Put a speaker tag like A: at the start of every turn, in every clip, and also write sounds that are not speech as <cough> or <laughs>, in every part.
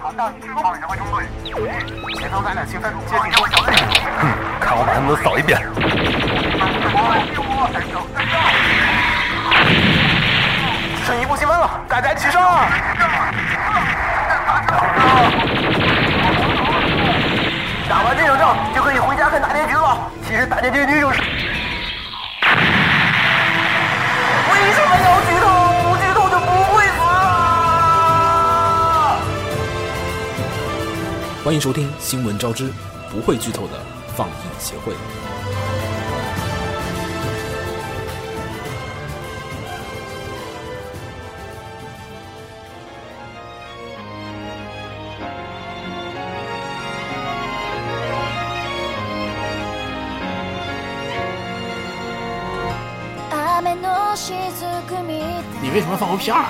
A: 好，到你后面指挥中队。哎前方咱俩清分，接近小队。嗯
B: 看我把他们都扫一遍。
A: 剩一步积分了，大家齐上啊！打完这场仗就可以回家看打电局了。其实打电局就是……为什么要剧透？不剧透就不会死啊！
C: 欢迎收听《新闻招之》，不会剧透的放映协会。
D: 雨の雫みたい
E: 你为什么放 OP 二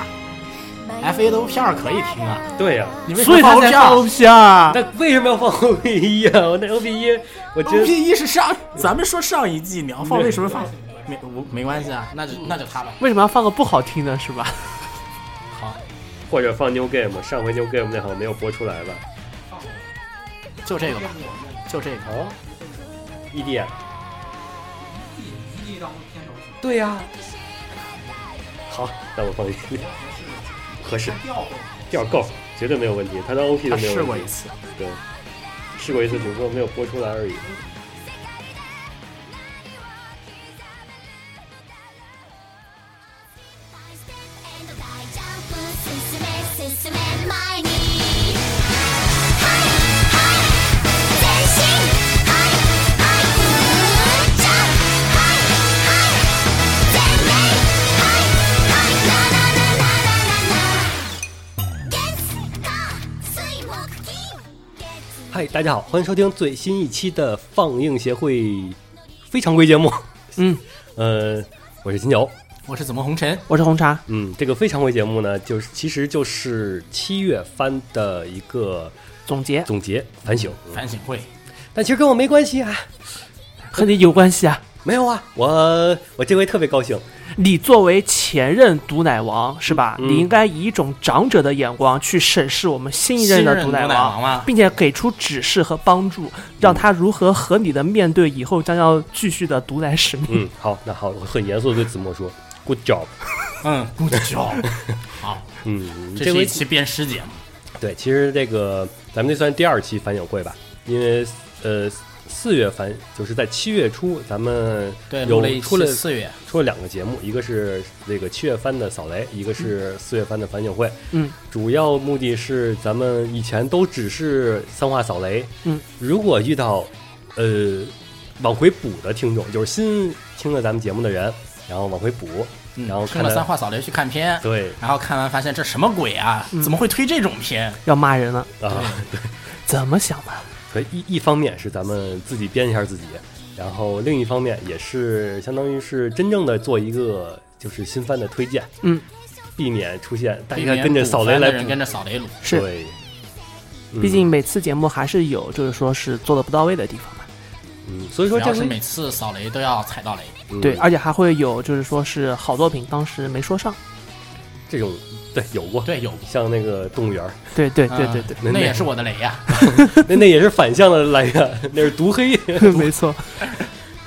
E: ？FA 的 OP 二可以听啊，
F: 对呀、
E: 你为什么放
G: 所
E: OP
G: 以他才
E: 二
G: 放下。
F: <laughs> 那为什么要放 OP 一啊？我那 OP 一，我觉
E: ？OP
F: 得
E: 一是上，咱们说上一季你要放，为什么放？没我没关系啊，那就那就他吧。
G: 为什么要放个不好听的，是吧？
F: 或者放 New Game，上回 New Game 那好像没有播出来吧？
E: 就这个吧，就这个。
F: 哦，ED，对呀、好，那我放 ED，合适，调够，绝对没有问题。他当 OP
E: 他
F: 都没有
E: 试过
F: 问
E: 一
F: 题，
E: 次，
F: 对，试过一次，只不过没有播出来而已。
D: 進め進め前にはいはい前進はいはいむっちゃはいはい前面はいはいななななななな月火水木金月
F: 嗨，大家好，欢迎收听最新一期的放映协会非常规节目。
G: 嗯，
F: <laughs> 呃，我是金牛，
E: 我是怎么红尘？
G: 我是红茶，
F: 嗯，这个非常规节目呢，就是其实就是七月番的一个
G: 总结
F: 总结反省，
E: 反省会，
F: 但其实跟我没关系啊，
G: 和你有关系啊。
F: 没有啊，我我这回特别高兴，
G: 你作为前任毒奶王是吧？
F: 嗯
G: 你应该以一种长者的眼光去审视我们新一任
E: 新
G: 的
E: 任
G: 毒奶
E: 毒奶王
G: 王
E: 嘛，
G: 并且给出指示和帮助，让他如何合理的面对以后将要继续的毒奶使命。
F: 嗯，好，那好，我很严肃的对子墨说，good job，
E: 嗯，good job。好，
F: <laughs> 嗯，
E: 这是
F: 回
E: 一期鞭尸节目，
F: 对，其实这个咱们这算第二期反省会吧，因为呃四月反就是在七月初咱们
E: 对，
F: 有
E: 录了一
F: 出
E: 期
F: 了
E: 四月，
F: 出了两个节目，一个是这个七月番的扫雷，一个
E: 嗯
F: 是四月番的反省会。
G: 嗯，
F: 主要目的是咱们以前都只是三话扫雷。
G: 嗯，
F: 如果遇到呃往回补的听众，就是新听了咱们节目的人，然后往回补，
E: 嗯
F: 然后
E: 听
F: 看
E: 了
F: 到
E: 三话扫雷去看片，
F: 对嗯
E: 然后看完发现这什么鬼啊？怎么会推这种片？
G: 要骂人了，
F: 啊，
G: 怎么想的？
F: 所以一一方面是咱们自己编一下自己，然后另一方面也是相当于是真正的做一个就是新番的推荐。
G: 嗯，
F: 避免出现大
E: 避
F: 家
E: 免
F: 跟着
E: 补
F: 扫雷
E: 番的
F: 来
E: 人
F: 补
E: 跟着扫雷撸。
G: 是
F: 对，嗯
G: 毕竟每次节目还是有就是说是做的不到位的地方嘛。
F: 嗯，所以
E: 主
F: 说
E: 要
F: 这
E: 是
F: 回
E: 每次扫雷都要踩到雷，
F: 嗯
G: 对，而且还会有就是说是好作品当时没说上。
F: 这种对有过，
E: 对，有。嗯
F: 像那个动物园儿， <laughs>
G: 对对对对对，
E: 那也是我的雷呀、
F: 那那也是反向的来源， <laughs> 那是毒黑。
G: <laughs> 没错。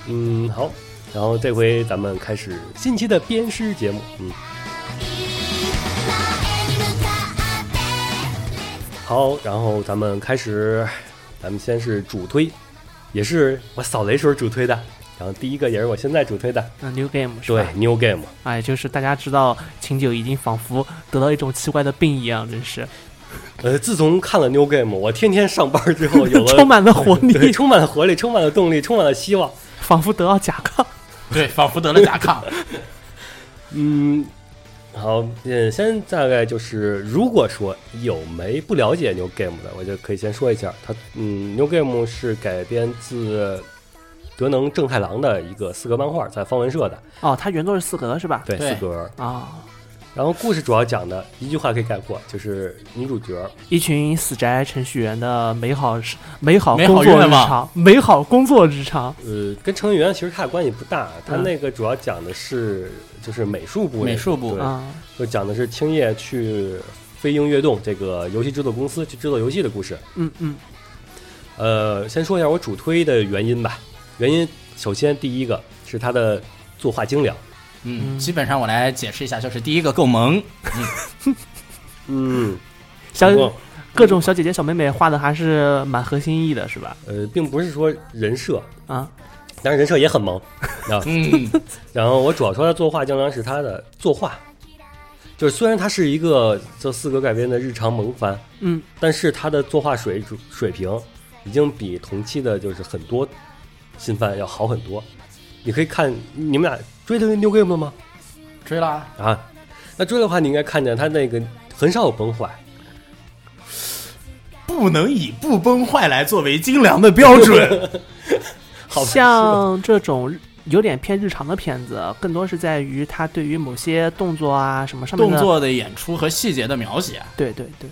F: 嗯，好，然后这回咱们开始新期的鞭尸节目，嗯，好，然后咱们开始，咱们先是主推，也是我扫雷时候主推的，然后第一个也是我现在主推的，
G: 嗯，New Game 是吧
F: 对？，New Game，
G: 哎，就是大家知道秦九已经仿佛得了一种奇怪的病一样，真是
F: 呃，自从看了 New Game，我天天上班之后 <laughs> 有了
G: <laughs> 充满了活
F: 对，
G: 力，
F: 充满了活力，充满了动力，充满了希望。
G: <laughs> 仿佛得到甲亢。
E: 对，仿佛得了甲
F: <laughs>
E: 亢。
F: 嗯，好，嗯，先大概就是，如果说有没不了解 New Game 的，我就可以先说一下，它，嗯，New Game 是改编自德能正太郎的一个四格漫画，在方文社的，
G: 哦，它原作是四格是吧？
F: 对，
E: 对
F: 四格。
G: 啊，
F: 然后故事主要讲的一句话可以概括，就是女主角
G: 一群死宅程序员的美好日美好
E: 美好
G: 工作
E: 愿
G: 日
E: 望
G: 常，美好工作日常。
F: 呃，跟成员其实她的关系不大，她
G: 嗯
F: 那个主要讲的是就是美术部那个，
E: 美术部
F: 对
G: 啊，
F: 就讲的是青叶去飞鹰跃动这个游戏制作公司去制作游戏的故事。
G: 嗯嗯
F: 呃，先说一下我主推的原因吧。原因首先第一个是它的作画精良，
E: 嗯，基本上我来解释一下，就是第一个够萌，
F: 嗯，
G: 小
F: 然后
G: 各种小姐姐小妹妹画的还是蛮合心意的，是吧？
F: 呃，并不是说人设，
G: 啊，
F: 当然人设也很萌啊。
E: 嗯，
F: 然后我主要说他作画精良是他的作画，就是虽然它是一个这四格改编的日常萌番，
G: 嗯，
F: 但是他的作画水准水平已经比同期的就是很多新番要好很多。你可以看你们俩追的 New Game 了吗？
E: 追啦，
F: 啊，那追的话，你应该看见他那个很少有崩坏，
E: <sighs> 不能以不崩坏来作为精良的标准。
F: <laughs> 好吧
G: 像这种有点偏日常的片子，更多是在于他对于某些动作啊什么上面
E: 动
G: 的，
E: 作的演出和细节的描写，
G: 对对对，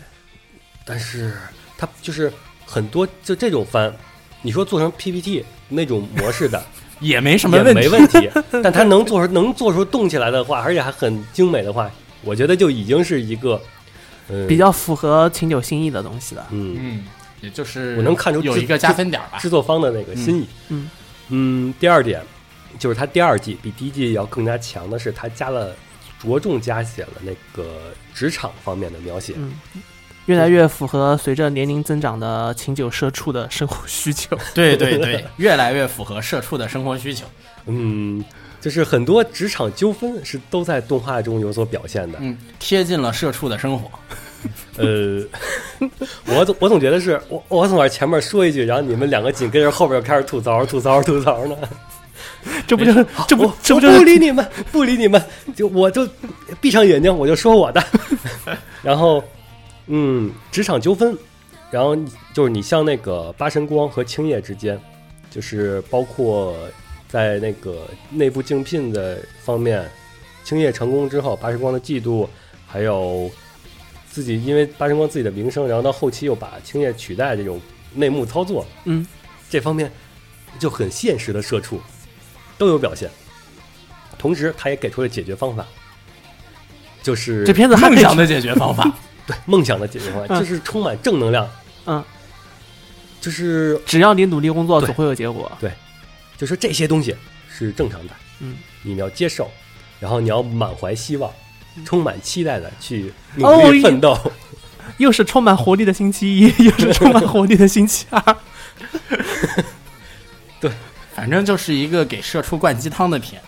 F: 但是他就是很多就这种番，你说做成 PPT 那种模式的
E: <laughs> 也没什么
F: 也
E: 问
F: 没
E: 题。
F: 问题，但他能做出能做出动起来的话，而且还很精美的话，我觉得就已经是一个，呃，
G: 比较符合秦九心意的东西了。
F: 嗯，
E: 嗯，也就是
F: 我能看出
E: 有
F: 制
E: 一个加分点吧。
F: 制作方的那个心意。
G: 嗯
F: 嗯第二点就是它第二季比第一季要更加强的是，它加了着重加写了那个职场方面的描写。
G: 嗯，越来越符合随着年龄增长的秦九社畜的生活需 <laughs> 求。
E: 对对
F: <laughs>
E: 对，越来越符合社畜的生活需求。
F: 嗯，就是很多职场纠纷是都在动画中有所表现的。
E: 嗯，贴近了社畜的生活。
F: 呃， <laughs> 我总我总觉得是我我总往前面说一句，然后你们两个紧跟着后边又开始吐槽吐槽吐槽呢。
G: 这不就是这不
F: 我
G: 这不
F: 我
G: 就
F: 不
G: 是
F: 理你们，不理你们，就我就闭上眼睛我就说
G: <laughs>
F: 我的。然后，嗯，职场纠纷，然后你就是你像那个八神光和青叶之间，就是包括在那个内部竞聘的方面，青叶成功之后，八神光的嫉妒，还有自己因为八神光自己的名声，然后到后期又把青叶取代这种内幕操作，
G: 嗯，
F: 这方面就很现实的社畜都有表现。同时，他也给出了解决方法，就是
G: 这片子还
E: 梦
G: 没
E: 想的解决方法，
F: 梦想的解决方
G: 嗯
F: 案，就是充满正能量。
G: 嗯，
F: 就是
G: 只要你努力工作，
F: 对
G: 总会有结果。
F: 就说这些东西是正常的，
G: 嗯，
F: 你要接受，然后你要满怀希望，充满期待的去努
G: 嗯哦
F: 力奋斗。
G: 又是充满活力的星期一，又是充满活力的星期二。
E: 反正就是一个给社畜灌鸡汤的片。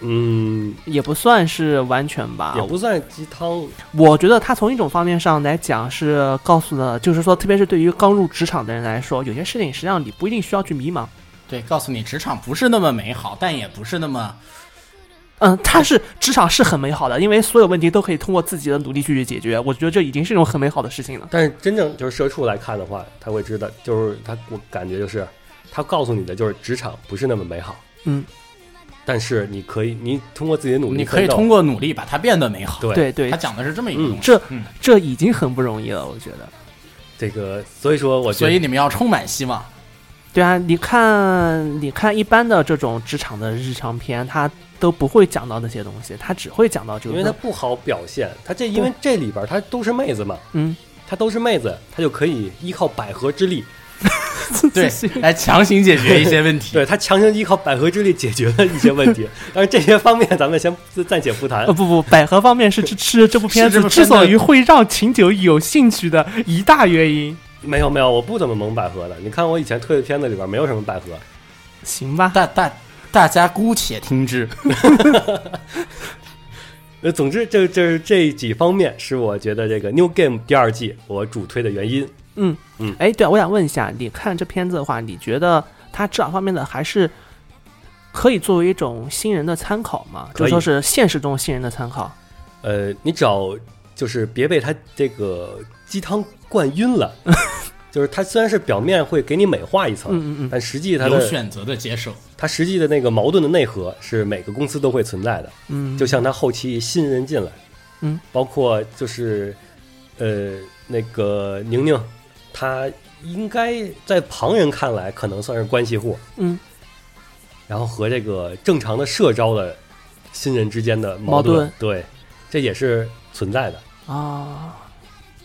F: 嗯，
G: <laughs> 也不算是完全吧
E: 啊
F: 也。不算鸡汤。
G: 我觉得他从一种方面上来讲是告诉了，就是说，特别是对于刚入职场的人来说，有些事情实际上你不一定需要去迷茫。
E: 对，告诉你职场不是那么美好，但也不是那么
G: 嗯，他是职场是很美好的，因为所有问题都可以通过自己的努力去解决。我觉得这已经是一种很美好的事情了。
F: 但是真正就是社畜来看的话，他会知道，就是他我感觉就是他告诉你的就是职场不是那么美好。
G: 嗯，
F: 但是你可以，你通过自己的努力
E: 你可以
F: 奋斗
E: 通过努力把它变得美好。
F: 对
G: 对对
E: 他，讲的是这么一个东西。
G: 这
E: 嗯
G: 这已经很不容易了，我觉得。
F: 这个，所以说我觉
E: 所
F: 得
E: 以你们要充满希望。
G: 对啊，你看，你看一般的这种职场的日常片，他都不会讲到那些东西，他只会讲到这
F: 因
G: 个。
F: 为它不好表现，它这因为这里边儿它都是妹子嘛，
G: 嗯，
F: 它都是妹子，它就可以依靠百合之
E: 嗯
F: 力，
E: 对，来强行解决一些问题。
F: 对它强行依靠百合之力解决了一些
E: <laughs>
F: 问题。但是这些方面咱们先暂且不谈
G: 呃，。不不，百合方
E: <laughs>
G: 面是支持这部片
E: 是这
G: 子
E: 部片
G: 之
E: 子
G: 所以会让秦九有兴趣的一大原因。
F: 没有没有，我不怎么萌百合的。你看我以前推的片子里边儿没有什么百合，
G: 行吧，
E: 大大大家姑且听之。
F: 呃，总之这这这几方面是我觉得这个 New Game 第二季我主推的原因。
G: 嗯
F: 嗯
G: 哎，对、啊，我想问一下，你看这片子的话，你觉得它这方面的还是可以作为一种新人的参考吗？
F: 可
G: 就
F: 以
G: 说是现实中新人的参考。
F: 呃，你只要就是别被它这个鸡汤灌晕
G: <laughs>
F: 了，就是它虽然是表面会给你美化一层，
G: 嗯嗯嗯
F: 但实际它
E: 有
F: 的
E: 选择的接受，
F: 它实际的那个矛盾的内核是每个公司都会存在的，
G: 嗯，
F: 就像它后期新人进来，
G: 嗯，
F: 包括就是呃那个宁宁，她应该在旁人看来可能算是关系户，
G: 嗯，
F: 然后和这个正常的社招的新人之间的矛
G: 矛盾
F: 对，这也是存在的。
G: 啊，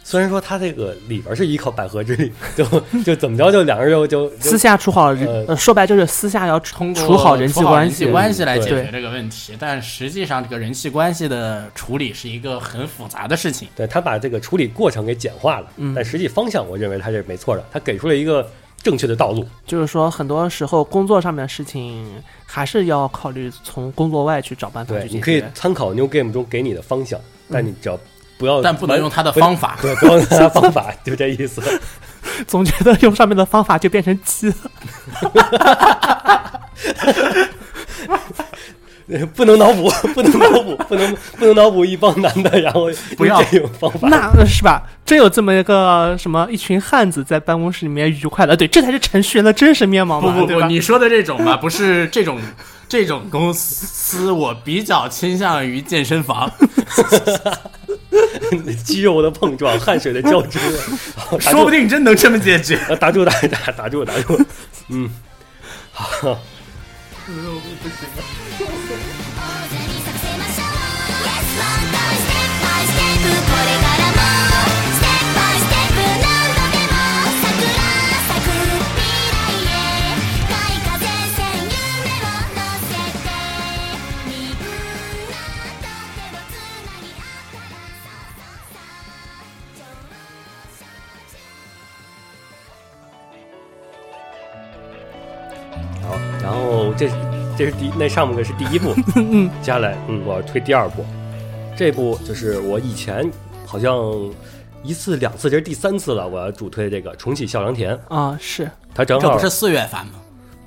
F: 虽然说它这个里边是依靠百合之力，就就怎么着就两个人就就就
G: 私下处好人，
F: 呃
G: 呃，说白就是私下要处
E: 通过
G: 处好人际关
E: 系
G: 系。
E: 关系来解
G: 对
E: 决这个问题，但实际上这个人际关系的处理是一个很复杂的事情。
F: 对他把这个处理过程给简化了，
G: 嗯
F: 但实际方向我认为他是没错的，他给出了一个正确的道
E: 啊
F: 路。
G: 就是说，很多时候工作上面的事情还是要考虑从工作外去找办法
F: 对你
G: 去，解
F: 可以
G: 决。
F: 参考 New Game 中给你的方向，但你只要不要，
E: 嗯但不能用他的方法
F: <laughs> 对，不要用他的方法， <laughs> 就这意思。
G: 总觉得用上面的方法就变成鸡了。
F: 不能脑补， <laughs> 不能脑补，不能不能脑补一帮男的，然后
E: 不要
F: 用这种方法。
G: 那是吧？真有这么一个什么一群汉子在办公室里面愉快的，对，这才是程序员的真实面貌
E: 不
G: 嘛，
E: 不
G: 对
E: 不，
G: 吧？
E: 你说的这种吧，不是这种 <laughs> 这种公司，我比较倾向于健身房。
F: <laughs> 肌肉的碰撞，汗水的交
E: <laughs>
F: 织，好打住
E: <laughs> 说不定真能这么解决。
F: 呃打住打打打住打住，嗯，好，
D: 大にさせましょう Yes one by step by step これからも Yes one by step by step 何度でも桜咲く未来へ大風船夢を乗せてみんなと手をつなぎ合ったらさささ乗車中
F: 好，然后这这是第那上面个是第一
E: <laughs>
F: 部，接下来嗯我要推第二部，这部就是我以前好像一次两次，这是第三次了，我要主推这个重启校良田，
G: 啊、是，
F: 它正
E: 这
F: 好
E: 不是四月番吗？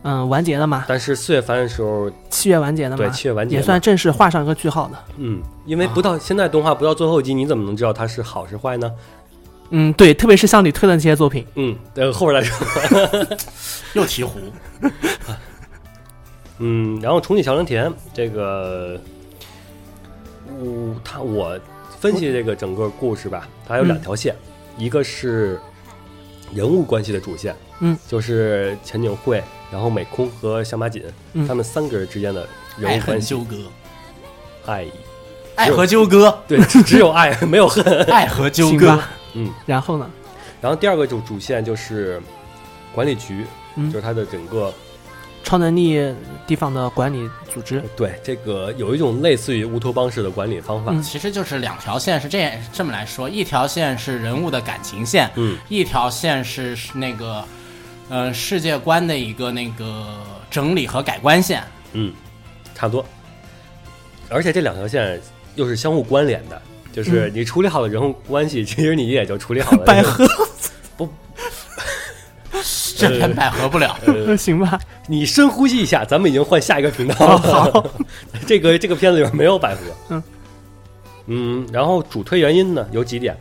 G: 嗯，完结了嘛，
F: 但是四月番的时候，
G: 七月完结的嘛，
F: 对七月完结
G: 也
F: 嘛
G: 算正式画上一个句号的。
F: 嗯，因为不到、
E: 啊
F: 现在动画不到最后一集，你怎么能知道它是好是坏呢？
G: 嗯，对，特别是像你推的那些作品，
F: 嗯，呃，后边来说。
E: 又提壶，
F: 嗯，然后重启小良田这个，我他我分析这个整个故事吧，它有两条线，
G: 嗯
F: 一个是人物关系的主线，
G: 嗯，
F: 就是前景惠，然后美空和小马锦、
G: 嗯
F: 他们三个人之间的人
E: 爱
F: 物关
E: 恨
F: 系，
E: 纠葛，
F: 爱意，
E: 爱和纠葛，
F: 对， <laughs> 只只有爱没有恨。
E: 爱和纠
G: 行
E: 葛
G: 吧。
F: 嗯，
G: 然后呢，
F: 然后第二个主主线就是管理局，
G: 嗯
F: 就是它的整个
G: 超能力地方的管理组织，
F: 对这个有一种类似于乌托邦式的管理方法，
G: 嗯
E: 其实就是两条线是这样这么来说，一条线是人物的感情线，
F: 嗯
E: 一条线是是那个，呃，世界观的一个那个整理和改观线。
F: 嗯，差不多。而且这两条线又是相互关联的，就是你处理好了人物关系，其实你也就处理好了
G: 嗯 <laughs> 百合，
E: 这篇百合不了，
F: 呃
G: <laughs> 行吧，
F: 你深呼吸一下，咱们已经换下一个频道了。 <laughs> 这个这个片子里面没有百合。
G: 哦嗯
F: 嗯然后主推原因呢有几点，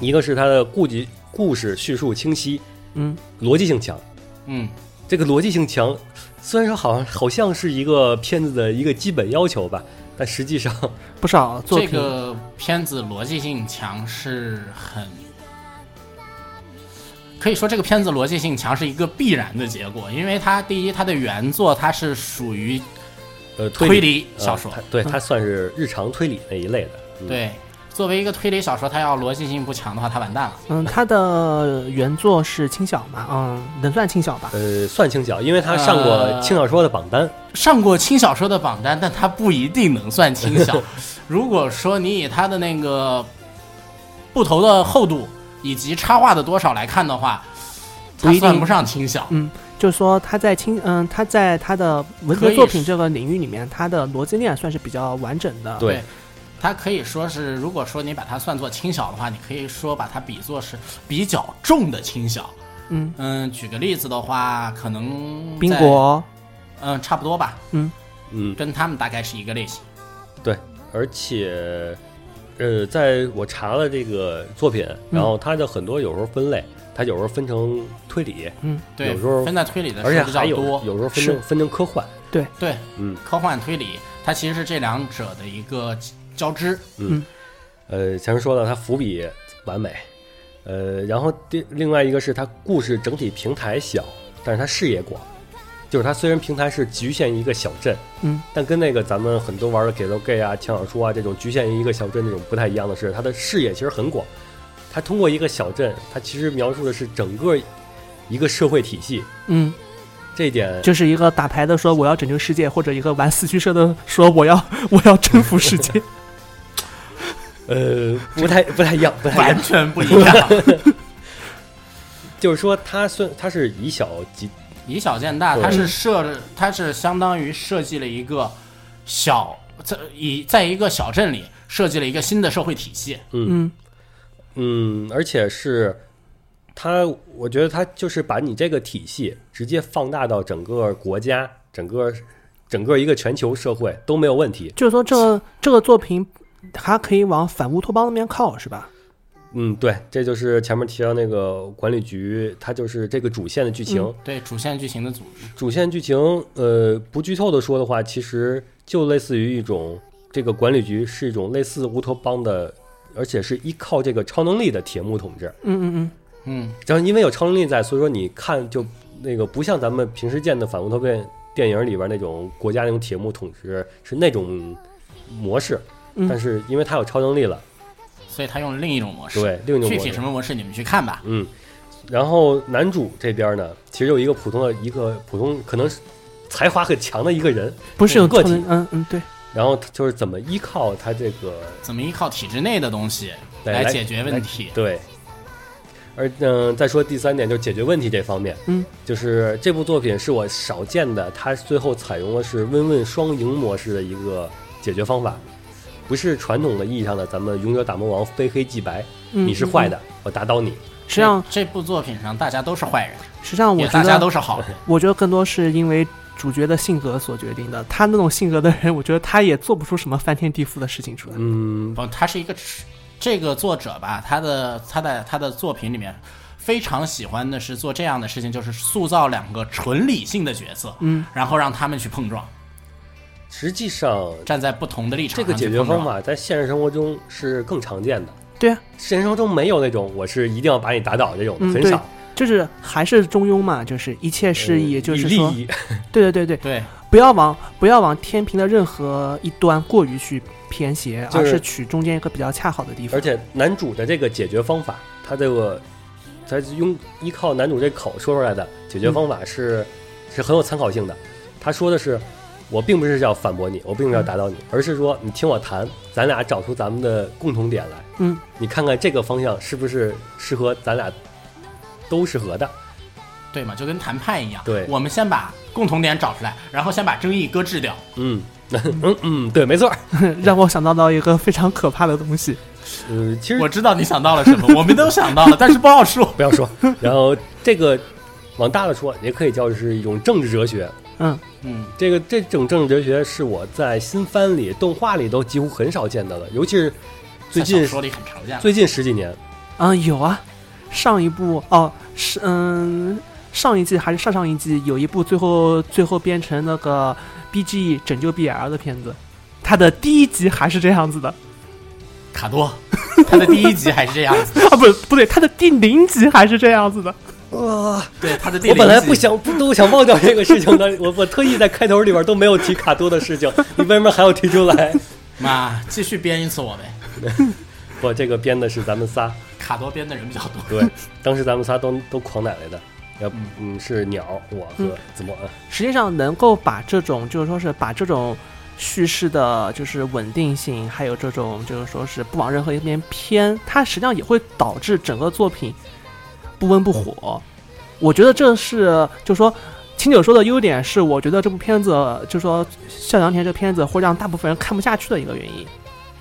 F: 一个是它的故及故事叙述清晰，
G: 嗯，
F: 逻辑性强。
E: 嗯，
F: 这个逻辑性强，虽然说好像好像是一个片子的一个基本要求吧，但实际上
G: 不少作
E: 这
G: 品，
E: 个片子逻辑性强是很，可以说这个片子逻辑性强是一个必然的结果，因为它第一，它的原作它是属于
F: 呃
E: 推理小说嗯
F: 呃它对它算是日常推理那一类的。嗯，
E: 对，作为一个推理小说，它要逻辑性不强的话，它完蛋了。
G: 嗯，它的原作是轻小嘛，嗯，能算轻小吧？
F: 呃，算轻小，因为它上过
E: 呃啊
F: 轻小说的榜单。
E: 上过轻小说的榜单，但它不一定能算轻
G: <laughs>
E: 小。如果说你以它的那个布头的厚度以及插画的多少来看的话，
G: 不
E: 它
G: 一定
E: 算不上轻小。
G: 嗯，就是说他在清嗯，他在他的文
E: 可
G: 学
E: 以
G: 作品
E: 是
G: 这个领域里面，他的逻辑链算是比较完整的。
F: 对，
E: 它可以说是，如果说你把它算作轻小的话，你可以说把它比作是比较重的轻小。
G: 嗯，
E: 嗯，举个例子的话，可能
G: 冰
E: 在，
G: 果，
E: 嗯，差不多吧，
F: 嗯，
E: 跟他们大概是一个类型。
F: 对，而且，呃，在我查了这个作品，
E: 嗯
F: 然后它的很多有时候分类，它有时候分成推理，
E: 对，
F: 有时候
E: 分在推理的时
F: 而且
E: 候嗯比较
F: 还有
E: 多，
F: 有时候分
G: 是
F: 成分成科幻。
E: 对，
F: 嗯，
E: 科幻推理，它其实是这两者的一个交织。
F: 嗯呃，前面说了它伏笔完美，呃，然后第另外一个是它故事整体平台小，但是它视野广。就是它虽然平台是局限于一个小镇，
G: 嗯，
F: 但跟那个咱们很多玩的《给了 gay》啊、《枪小说》啊这种局限于一个小镇这种不太一样的是，它的视野其实很广。它通过一个小镇，它其实描述的是整个一个社会体系，
G: 嗯，
F: 这一点
G: 就是一个打牌的说我要拯救世界，或者一个玩四驱车的说我要 <laughs> 我要征服世界。
F: 呃不太不太一样，不太一样
E: 完。全不一
F: <laughs>
E: 样，
F: 就是说，它算它是以小及
E: 以小见大，
F: 对
E: 它是设，它是相当于设计了一个小在以在一个小镇里设计了一个新的社会体系，
G: 嗯
F: 嗯，而且是它，我觉得它就是把你这个体系直接放大到整个国家、整个整个一个全球社会都没有问题。
G: 就是说这个这个作品还可以往反乌托邦那边靠，是吧？
F: 嗯，对，这就是前面提到那个管理局，它就是这个主线的剧情。
E: 对主线剧情的组织。
F: 主线剧情，呃，不剧透的说的话，其实就类似于一种这个管理局是一种类似乌托邦的，而且是依靠这个超能力的铁幕统治。
G: 嗯嗯嗯，
E: 嗯，
F: 然后因为有超能力在，所以说你看就那个不像咱们平时见的反乌托变电影里边那种国家那种铁幕统治是那种模式，
G: 嗯
F: 但是因为它有超能力
G: <laughs>
F: 了，
E: 所以他用了另一种模式，
F: 对另一种
E: 具
F: 模
E: 体
F: 式
E: 什。么模式你们去看吧。
F: 嗯，然后男主这边呢，其实有一个普通的一个普通可能是才华很强的一个人，
G: 不是有
F: 个
G: 超
F: 体
G: 能，嗯嗯对，
F: 然后他就是怎么依靠他这个
E: 怎么依靠体制内的东西
F: 对
E: 来
F: 来
E: 解决问题？
F: 对。而嗯、再说第三点，就是解决问题这方面，
G: 嗯，
F: 就是这部作品是我少见的，它最后采用的是温问双赢模式的一个解决方法，不是传统的意义上的咱们勇者打魔王非黑即白，
G: 嗯
F: 你是坏的，我打倒你，
G: 实际上
E: 这部作品上大家都是坏人，
G: 实际上我
E: 也
G: 觉
E: 大家
G: 得
E: 都是好人。
G: 我觉得更多是因为主角的性格所决定的。他那种性格的人，我觉得他也做不出什么翻天地覆的事情出来。
F: 嗯，
E: 不，他是一个吃这个作者吧，他的他在他的作品里面非常喜欢的是做这样的事情，就是塑造两个纯理性的角色，
G: 嗯，
E: 然后让他们去碰撞，
F: 实际上
E: 站在不同的立场
F: 这
E: 上
G: 啊
F: 个解决
E: 去碰撞
F: 方，法在现实生活中是更常见的，
G: 对啊，
F: 现实生活中没有那种我是一定要把你打倒这种的，
G: 嗯
F: 很
G: 对
F: 少，
G: 就是还是中庸嘛，就是一切
F: 呃
G: 是以就是
F: 利
G: 说，
F: 益，
G: 对对对对，
E: 对，
G: 不要往不要往天平的任何一端过于去偏斜，
F: 就
G: 而
F: 是
G: 是取中间一个比较恰好的地方。
F: 而且男主的这个解决方法，他这个他用依靠男主这口说出来的解决方法是、是很有参考性的。他说的是，我并不是要反驳你，我并不是要打倒你，而是说你听我谈，咱俩找出咱们的共同点来。
G: 嗯，
F: 你看看这个方向是不是适合咱俩都适合的？
E: 对嘛，就跟谈判一样，
F: 对
E: 我们先把共同点找出来，然后先把争议搁置掉。
F: 嗯。嗯 <laughs> 嗯，对，没错儿。
G: <laughs> 让我想到到一个非常可怕的东西，
F: 呃，其实
E: <laughs> 我知道你想到了什么，我们都想到了，但是不好说。
F: 不要说，然后这个往大了说，也可以叫是一种政治哲学。
G: 嗯，
E: 嗯，
F: 这个这种政治哲学是我在新番里、动画里都几乎很少见到的，尤其是 <laughs> 最
E: 在
F: 近
E: 小说里很常见了，
F: 最近十几年，
G: 嗯，有啊，上一部哦是嗯上一季还是上上一季有一部最后最后变成那个 BGE 拯救 BL 的片子，它的第一集还是这样子的 <laughs>
E: 卡多，他的第一集还是这样
G: <laughs>
E: 子，
G: 啊，不不对，它的第零集还是这样子的，
E: 对他的第
F: 我本来
E: 零集
F: 不想 <laughs> 不都想忘掉这个事情的， <laughs> 我我特意在开头里边都没有提卡多的事
E: <laughs>
F: 情，你为什么还要提出来？
E: 妈，继续编一次我呗。
F: 我这个编的是咱们仨，
E: 卡多编的人比较多， <laughs>
F: 对，当时咱们仨都都狂奶奶的，要不嗯是鸟，我
E: 嗯
F: 和子墨，
G: 实际上能够把这种就是说是把这种叙事的，就是稳定性，还有这种就是说是不往任何一边偏，它实际上也会导致整个作品不温不火。我觉得这是就是说。清酒说的优点是，我觉得这部片子，就是说《笑良田》这片子会让大部分人看不下去的一个原因，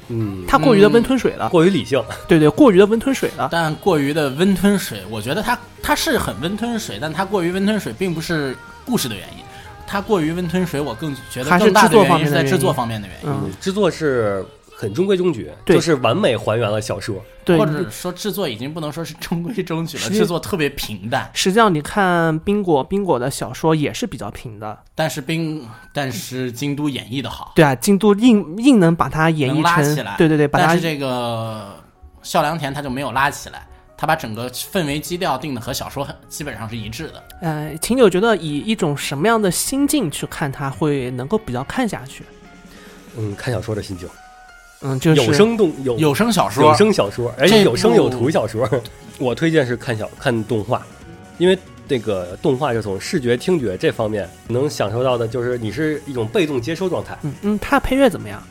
F: 嗯，
G: 它过于的温吞水了，
F: 过于理性，
G: 对对，过于的温吞水了，
E: 但过于的温吞水，我觉得它它是很温吞水，但它过于温吞水并不是故事的原因，它过于温吞水，我更觉得
G: 还是
E: 更大
G: 制
E: 的
G: 作
E: 原
G: 方
E: 因
G: 面
E: 是
G: 的
E: 在制
G: 原
E: 作
G: 因
E: 方面的原因，
G: 嗯，
F: 制作是很中规中矩，
G: 对
F: 就是完美还原了小说。
G: 对，
E: 或者说制作已经不能说是中规中矩了，
G: 实际
E: 制作特别平淡。
G: 实际上你看冰果冰果的小说也是比较平的，
E: 但是冰，但是京都演绎的好，
G: 对啊，京都硬硬能把它演
E: 能
G: 绎
E: 拉
G: 成
E: 起来，
G: 对对对，把
E: 但
G: 它
E: 是这个孝良田他就没有拉起来，他把整个氛围基调定的和小说很基本上是一致的。
G: 呃，秦九觉得以一种什么样的心境去看它，会能够比较看下去？
F: 嗯，看小说的心情，
G: 嗯，就是
F: 有声动有
E: 有声小说，
F: 有声小说，而
E: 这
F: 且有声有
E: 部
F: 图小说。我推荐是看小看动画，因为这个动画就从视觉、听觉这方面能享受到的，就是你是一种被动接收状态，
G: 嗯嗯，它配乐怎么样？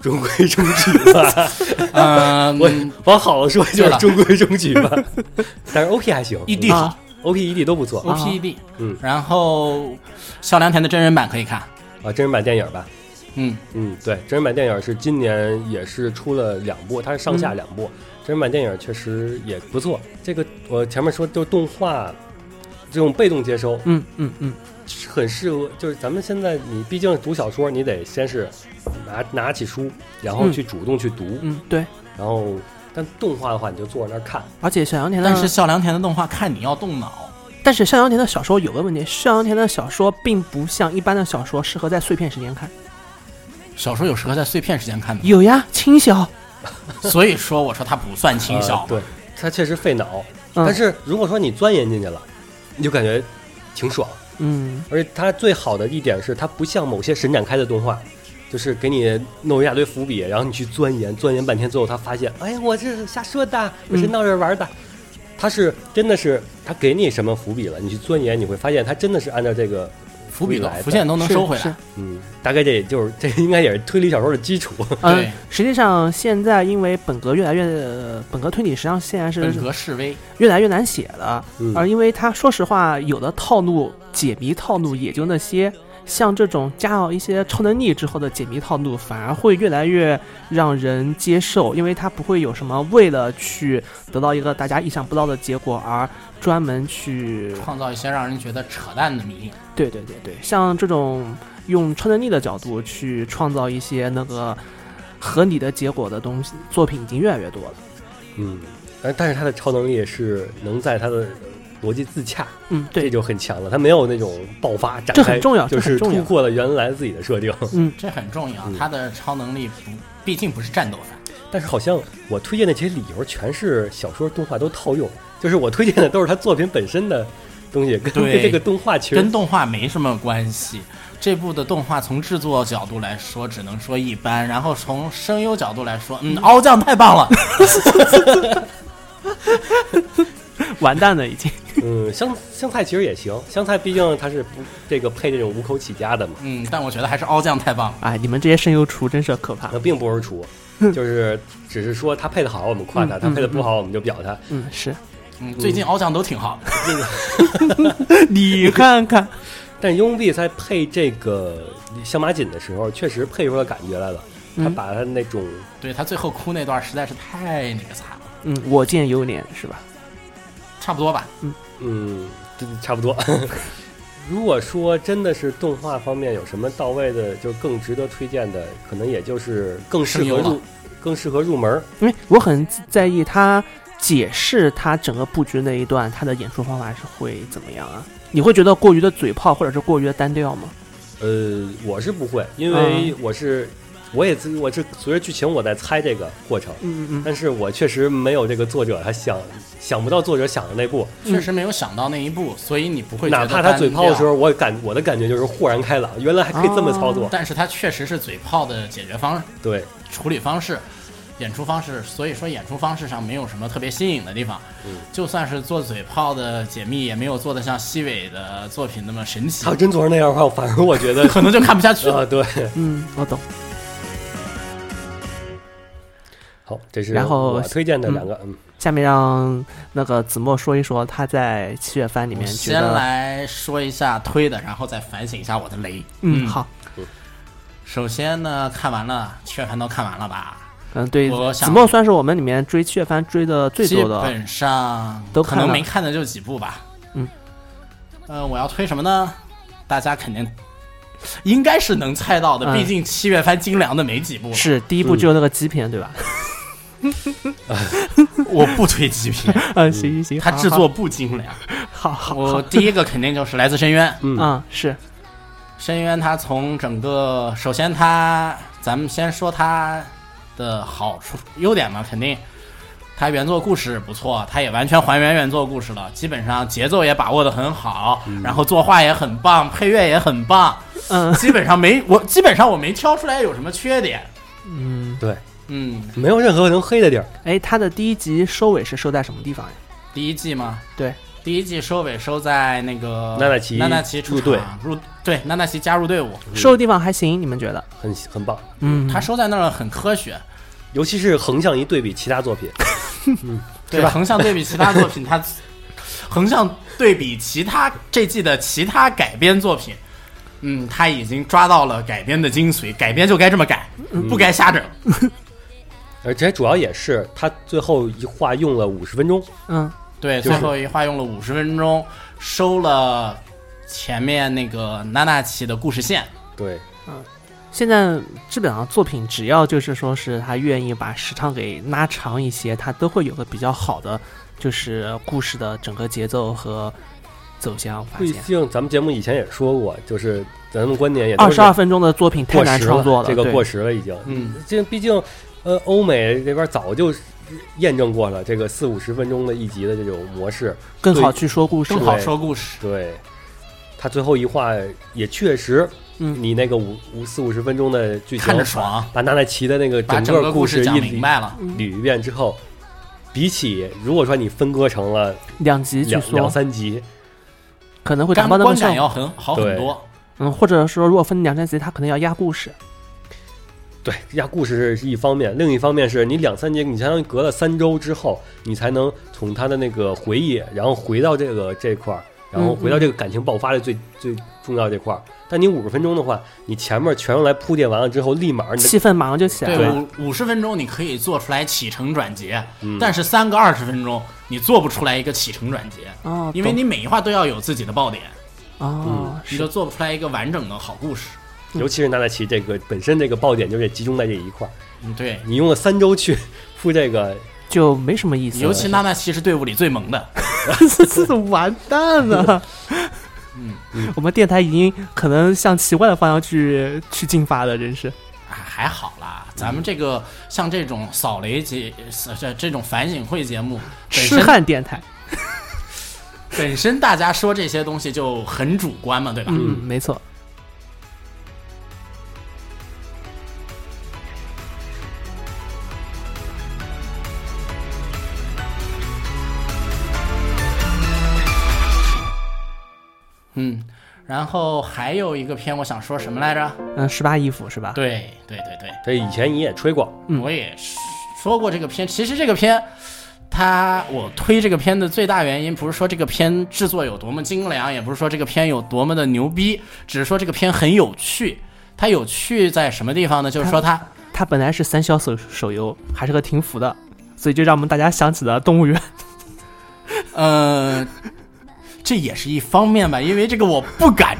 F: 中规中
E: <laughs>
F: 矩吧。
E: 嗯、
F: <laughs> 我往好了说就
E: 对
F: 是
E: 了
F: 中规中矩吧， <laughs> 但是 OP 还行嗯
E: ED 好、
G: 啊
F: OP、ED 都不错
E: ，E o p E d
F: 嗯
E: 然后萧良田的真人版可以
G: 嗯
E: 看，
F: 啊。真人版电影吧，
E: 嗯，
F: 嗯，对，真人版电影是今年也是出了两部，它是上
E: 嗯
F: 下两部。真人版电影确实也不错。这个我前面说，就动画这种被动接收
G: 嗯嗯嗯，
F: 很适合，就是咱们现在你毕竟读小说，你得先是拿拿起书，然后
G: 嗯
F: 去主动去读，
G: 嗯，对。
F: 然后但动画的话，你就坐在那儿看。
G: 而且小羊田的，
E: 但是萧良田的动画看你要动脑，
G: 但是向阳田的小说有个问题，向阳田的小说并不像一般的小说适合在碎片时间看。
E: 小说有适合在碎片时间看的，
G: 有呀，轻小，
E: 所以说我说它不算轻小，
F: 呃对，它确实费脑，
G: 嗯
F: 但是如果说你钻研进去了，你就感觉挺爽。
G: 嗯
F: 而且它最好的一点是，它不像某些神展开的动画，就是给你弄一大堆伏笔，然后你去钻研，钻研半天，最后他发现，哎，我这是瞎说的，我是闹着玩的。他是真的是他给你什么伏笔了，你去钻研，你会发现他真的是按照这个，
E: 伏笔都
F: 未来的
E: 浮现都能收回
G: 是是
E: 来，
F: 嗯，大概这也就是 <laughs> 这应该也是推理小说的基
G: <laughs>
F: 础。
G: 嗯
E: 对，
G: 实际上现在因为本格越来越，呃本格推理实际上现在是
E: 本格示威，
G: 越来越难写了，
F: 嗯
G: 而因为它说实话，有的套路解谜套路也就那些，像这种加上一些超能力之后的解谜套路，反而会越来越让人接受，因为它不会有什么为了去得到一个大家意想不到的结果而专门去，
E: 创造一些让人觉得扯淡的谜，
G: 对对对对，像这种用超能力的角度去创造一些那个合理的结果的东西，作品已经越来越多了。
F: 嗯，但但是他的超能力是能在他的逻辑自洽，
G: 嗯，
F: 这
G: 对，
F: 就很强了。他没有那种爆发展开，
G: 这很重要
F: 就
G: 这很
F: 是
G: 重要
F: 突破了原来自己的设定。
E: 这很重要
F: 嗯。
E: 他的超能力不，毕竟不是战斗番，
F: 但是好像我推荐的这些理由全是小说、动画都套用，就是我推荐的都是他作品本身的东西，跟
E: 对
F: 跟这个动画其实
E: 跟动画没什么关系。这部的动画从制作角度来说，只能说一般；然后从声优角度来说，嗯，敖酱太棒
F: <laughs>
E: 了，
G: 完蛋了已经。
F: 嗯香香菜其实也行，香菜毕竟它是不这个配这种五口起家的嘛，
E: 嗯，但我觉得还是敖酱太棒了。
G: <laughs> 哎，你们这些声优厨真是可怕。
F: 那并不是厨，就是只是说他配的好我们夸他，
G: 嗯
F: 他配的
G: 嗯
F: 不好我们就表他。
G: 嗯，是
E: 嗯，最近敖酱都挺好的。
G: <laughs> 你看看，
F: 但是 b 比在配这个香马锦的时候，确实配出了感觉来了，他
G: 嗯
F: 把他那种
E: 对他最后哭那段实在是太那个惨了，
G: 嗯，我见犹怜是吧？
E: 差不多吧。
F: 嗯，这差不 <laughs> 多。如果说真的是动画方面有什么到位的，就更值得推荐的，可能也就是更适
E: 声优
F: 合
E: 了
F: 入更适合入门儿。
G: 因为我很在意他解释他整个布局那一段，他的演出方法是会怎么样啊？你会觉得过于的嘴炮或者是过于的单调吗？
F: 呃，我是不会，因为我是、我也自我是随着剧情我在猜这个过程，
G: 嗯嗯
F: 但是我确实没有这个作者他想想不到作者想的那步，
E: 确实没有想到那一步，所以你不会觉
F: 嗯哪
E: 得
F: 怕他
E: 单
F: 嘴炮的
E: 调
F: 时候，，我感我的感觉就是豁然开朗，原来还可以这么操作，
E: 但是他确实是嘴炮的解决方
F: 对。
E: 处理方式、演出方式，所以说演出方式上没有什么特别新颖的地方。
G: 嗯
E: 就算是做嘴炮的解密，也没有做的像西尾的作品那么神奇
F: 他，啊要真做成那样的话，反而我 <laughs> 觉得
E: 可能就看不下去
F: 啊、
E: 了。
F: 对，
G: 嗯，我懂。
F: 好，这是
G: 然后
F: 我推荐的两个，嗯，
G: 下面让那个子墨说一说他在七月番里面觉
E: 先
G: 得，
E: 来说一下推的，然后再反省一下我的雷。
G: 嗯，好，
E: 首先呢，看完了，全盘都看完了吧？
G: 嗯，对，
E: 我想
G: 子墨算是我们里面追七月番追的最
E: 基
G: 多的，
E: 本上
G: 都
E: 可
G: 看
E: 能
G: 了
E: 没看的就几部吧。
G: 嗯，
E: 呃，我要推什么呢？大家肯定应该是能猜到的，
G: 嗯
E: 毕竟七月番精良的没几部了。
G: 是第一部只有那个鸡片对吧？
E: 我不推极 <laughs> 品，
G: 嗯，行行行，
E: 它
G: 好
E: 制作，不精良。
G: 好好好，
E: <laughs> 我第一个肯定就是来自深渊，
G: 嗯是，
E: 深渊它从整个，首先它，咱们先说它的好处、优点嘛，肯定。它原作故事不错，它也完全还原原作故事了，基本上节奏也把握的很好，然后作画也很棒，配乐也很棒，
G: 嗯
E: 基本上没我基本上我没挑出来有什么缺点。
G: 嗯，
F: 对，
E: 嗯，
F: 没有任何能黑的地儿。
G: 哎，它的第一集收尾是收在什么地方呀？
E: 第一季嘛，
G: 对，
E: 第一季收尾收在那个
F: 纳纳奇
E: 纳纳奇出
F: 入队
E: 场入对纳纳奇加入队伍，
G: 收的地方还行，你们觉得？
F: 很很棒，
G: 嗯，
E: 他收在那儿很科学，
F: 尤其是横向一对比其他作品，
E: 对，横向对比其他作 <laughs> 品，它横向对比其他这季的其他改编作品，嗯，他已经抓到了改编的精髓，改编就该这么改，
F: 嗯
E: 不该瞎整。
F: 而且主要也是他最后一话用了五十分钟，
G: 嗯，
E: 对，
F: 就
E: 最
F: 是
E: 后一话用了五十分钟，收了前面那个娜娜奇的故事线。
F: 对，
G: 现在基本上作品只要就是说是他愿意把时长给拉长一些，他都会有个比较好的就是故事的整个节奏和走向。我发
F: 毕
G: 现
F: 竟咱们节目以前也说过，就是咱们观点也都
G: 二
F: 是
G: 十二分钟的作品太
F: 过
G: 难
F: 时
G: 创作了，
F: 这个
G: 对
F: 过时了已经。
E: 嗯，
F: 这毕竟，呃，欧美那边早就验证过了这个四五十分钟的一集的这种模式，
G: 更好去说故事。
E: 更好说故事。
F: 对。他最后一话也确实，
G: 嗯，
F: 你那个五五四五十分钟的剧情，
E: 看着爽，
F: 把娜娜奇的那个
E: 把整
F: 个
E: 个故
F: 事
E: 事
F: 一
E: 讲
F: 捋
E: 明白了。
F: 捋一遍之后，比起如果说你分割成了
G: 两集去
F: 两两
G: 说
F: 三集，
G: 可能会达
E: 感
G: 不到那
E: 观
G: 个
E: 感
G: 效果。
E: 要很好很
F: 对
E: 多，
G: 嗯，或者说如果分两三集，他可能要压故事。
F: 对，压故事是一方面，另一方面是你两三集，你相当于隔了三周之后，你才能从他的那个回忆，然后回到这个这块儿，然后回到这个感情爆发的最、最重要这块儿。但你五十分钟的话，你前面全用来铺垫完了之
E: 嗯
F: 后，立马你的
G: 气氛马上就起来
E: 对
G: 了，
E: 五五十分钟你可以做出来起承转结，
F: 嗯
E: 但是三个二十分钟你做不出来一个起承转结，
G: 哦，
E: 因为
G: 懂
E: 你每一话都要有自己的爆点，
G: 哦
E: 你
G: 是
E: 就做不出来一个完整的好故事。
F: 尤其是纳达奇这个本身这个爆点就得集中在这一块儿，
E: 嗯，对，
F: 你用了三周去铺这个，
G: 就没什么意思了。
E: 尤其娜娜奇是队伍里最萌的，
G: <laughs> 完蛋了。嗯，我们电台已经可能向奇怪的方向去去进发了，真是。
E: 啊还好啦。咱们这个像这种扫雷节，呃这这种反省会节目，本
G: 痴
E: 身
G: 汉电台，
E: 本身大家说这些东西就很主观嘛，对吧？
G: 嗯，没错。
E: 嗯，然后还有一个片我想说什么来着？
G: 嗯，十八姨夫是吧？，
E: 对对对对，
F: 这以前你也吹过，
G: 嗯
E: 我也说过这个片。其实这个片，它我推这个片的最大原因不是说这个片制作有多么精良，也不是说这个片有多么的牛逼，只是说这个片很有趣。它有趣在什么地方呢？就是说它
G: 他本来是三消手手游，还是个停服的，所以就让我们大家想起了动物园。
E: 呃，这也是一方面吧，因为这个我不敢，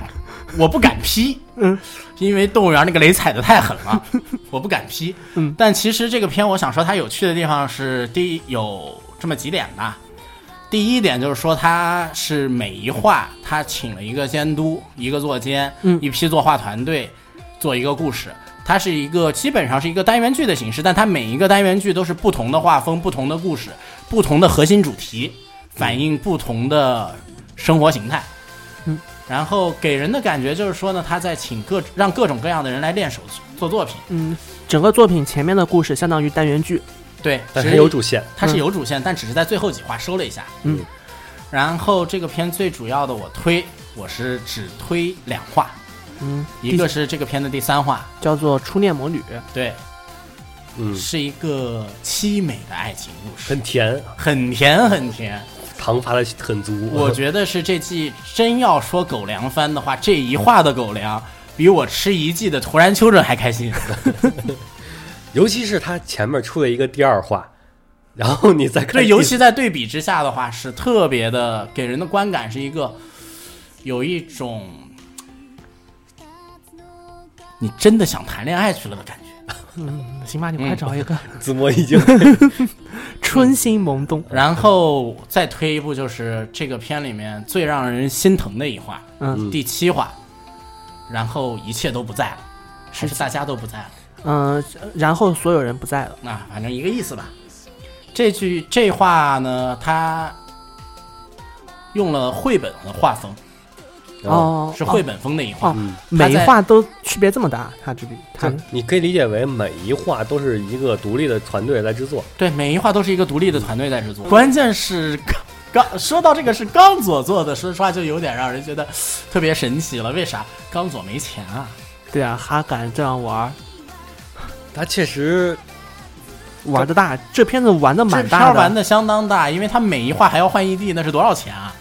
E: 我不敢 <laughs> 批，嗯，因为动物园那个雷踩的太狠了，我不敢批，嗯。但其实这个片，我想说它有趣的地方是第一有这么几点吧。第一点就是说，它是每一画，它请了一个监督，一个作监，
G: 嗯
E: 一批作画团队，做一个故事。它是一个基本上是一个单元剧的形式，但它每一个单元剧都是不同的画风、不同的故事、不同的核心主题，反映不同的生活形态。
G: 嗯，
E: 然后给人的感觉就是说呢，他在请各让各种各样的人来练手做作品。
G: 嗯，整个作品前面的故事相当于单元剧，
E: 对，
F: 但
E: 只
F: 是有主线，
E: 它是有主线，但只是在最后几话收了一下。
G: 嗯，
E: 然后这个片最主要的我推，我是只推两话，
G: 嗯，
E: 一个是这个片的第三话，
G: 第叫做《初恋魔女》，
E: 对，
F: 嗯，
E: 是一个凄美的爱情故事，
F: 很甜，
E: 很甜很甜。
F: 糖发的很足。
E: <laughs> 我觉得是这季真要说狗粮番的话，这一话的狗粮比我吃一季的《突然丘疹》还开 <laughs> 心。
F: <laughs> 尤其是他前面出了一个第二话，然后你再看
E: 对，
F: 第，
E: 尤其在对比之下的话，是特别的给人的观感是一个有一种你真的想谈恋爱去了的感觉。
G: 嗯，行吧，你快找一个
F: 子墨已经
G: 春心萌动。
E: 然后再推一步，就是这个片里面最让人心疼的一话，
G: 嗯
E: 第七话，然后一切都不在了，嗯还是大家都不在了。
G: 嗯、然后所有人不在了。
E: 啊那、反正一个意思吧。这句这话呢，他用了绘本的画风，
F: 然后
G: 哦，
E: 是绘本风那一画。
G: 哦，
F: 嗯
G: 每一
E: 它在
G: 画都区别这么大，它这里它
F: 对你可以理解为每一画都是一个独立的团队在制作，
E: 对，每一画都是一个独立的团队在制作。关键是刚刚说到这个是刚佐做的，说实话就有点让人觉得特别神奇了。为啥？刚佐没钱啊。
G: 对啊，还敢这样玩儿，
F: 它确实
G: 玩的大，这片子玩的
E: 这
G: 蛮
E: 片
G: 大
E: 儿
G: 的，
E: 玩的相当大，因为他每一画还要换异地，那是多少钱啊？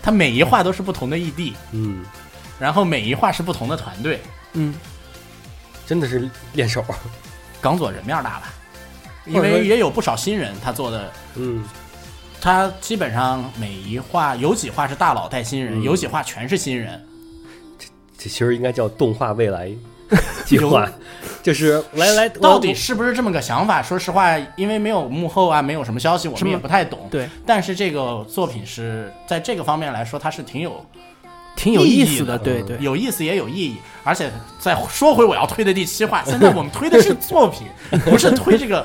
E: 他每一画都是不同的异地，
F: 嗯，
E: 然后每一画是不同的团队。
G: 嗯，
F: 真的是练手，
E: 刚佐人面儿大吧，因
F: 或者说
E: 为也有不少新人他做的，
F: 嗯，
E: 他基本上每一画有几画是大佬带新人，
F: 嗯
E: 有几画全是新人。
F: 这其实应该叫动画未来计划，就是来来，我嗯
E: 到底是不是这么个想法？说实话，因为没有幕后啊，没有什么消息，我
G: 什
E: 们
G: 么
E: 也不太懂。
G: 对，
E: 但是这个作品是在这个方面来说，它是挺有
G: 挺有意思
E: 意义的嗯
G: 对对，
E: 有意思也有意义。而且再说回我要推的第七话，现在我们推的是作
G: <laughs>
E: 品，不是推这个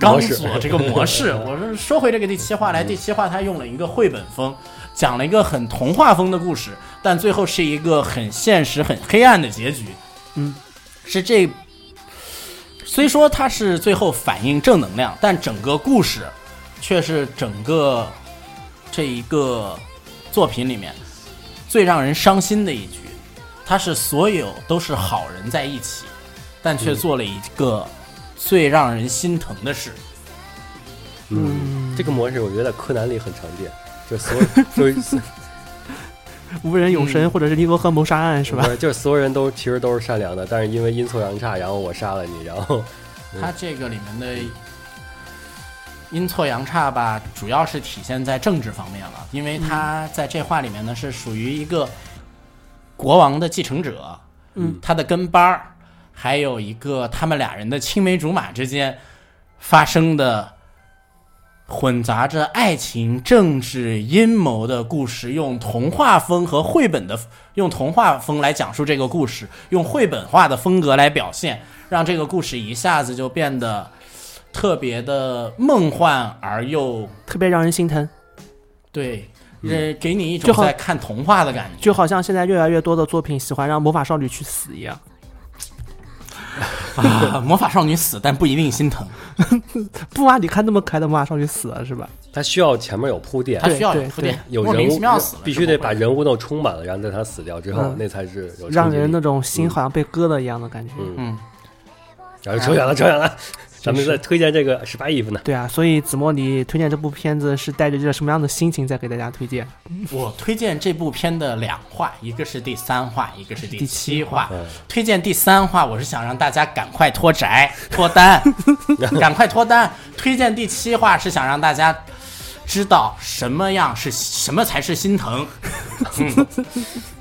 E: 钢
F: 模式
E: 索这个模
F: <laughs>
E: 式。我是说回这个第七话来，第七话它用了一个绘本风，讲了一个很童话风的故事，但最后是一个很现实、很黑暗的结局。
G: 嗯，
E: 是这。虽说它是最后反映正能量，但整个故事却是整个这一个作品里面最让人伤心的一局，它是所有都是好人在一起，但
F: 嗯
E: 却做了一个最让人心疼的事。
F: 嗯，这个模式我觉得柯南里很常见，就所有就是
G: 无人永生
E: 嗯
G: 或者是尼罗河谋杀案是吧？
F: 不就是所有人都其实都是善良的，但是因为阴错阳差，然后我杀了你，然后嗯
E: 它这个里面的阴错阳差吧，主要是体现在政治方面了，因为它在这话里面呢是属于一个国王的继承者，
G: 嗯，
E: 他的跟班儿，还有一个他们俩人的青梅竹马之间发生的。混杂着爱情、政治、阴谋的故事，用童话风和绘本的用童话风来讲述这个故事，用绘本化的风格来表现，让这个故事一下子就变得特别的梦幻而又
G: 特别让人心疼，
E: 对，
F: 嗯
E: 呃，给你一
G: 就
E: 种
G: 好
E: 在看童话的
F: 啊
E: 感觉。
G: 就好像现在越来越多的作品喜欢让魔法少女去死一样。
E: 啊，魔法少女死，但不一定心疼，
G: 不啊，你看那么可爱的魔法少女死了是吧？
F: 他需要前面有铺垫
E: 她，需要
G: 对
E: 有铺垫，
F: 有
E: 莫
F: 人
E: 名
F: 物
E: 其妙死了，
F: 必须得
E: 是不
F: 把
E: 会
F: 人物弄充满了，然后在他死掉之后，
G: 嗯
F: 那才是有冲
G: 让
F: 击
G: 人
F: 力
G: 那种心好像被割了一样的感觉。
F: 嗯
E: 嗯，
F: 然后扯远了，扯远了，咱们再推荐这个十八 if 呢，
G: 对啊，所以子墨，你推荐这部片子是带着一个什么样的心情在给大家推荐？
E: 我推荐这部片的两话，一个是第三话，一个是第七话。
F: 嗯
E: 推荐第三话，我是想让大家赶快脱宅、脱单，赶快脱单。推荐第七话是想让大家知道什么样是什么才是心疼。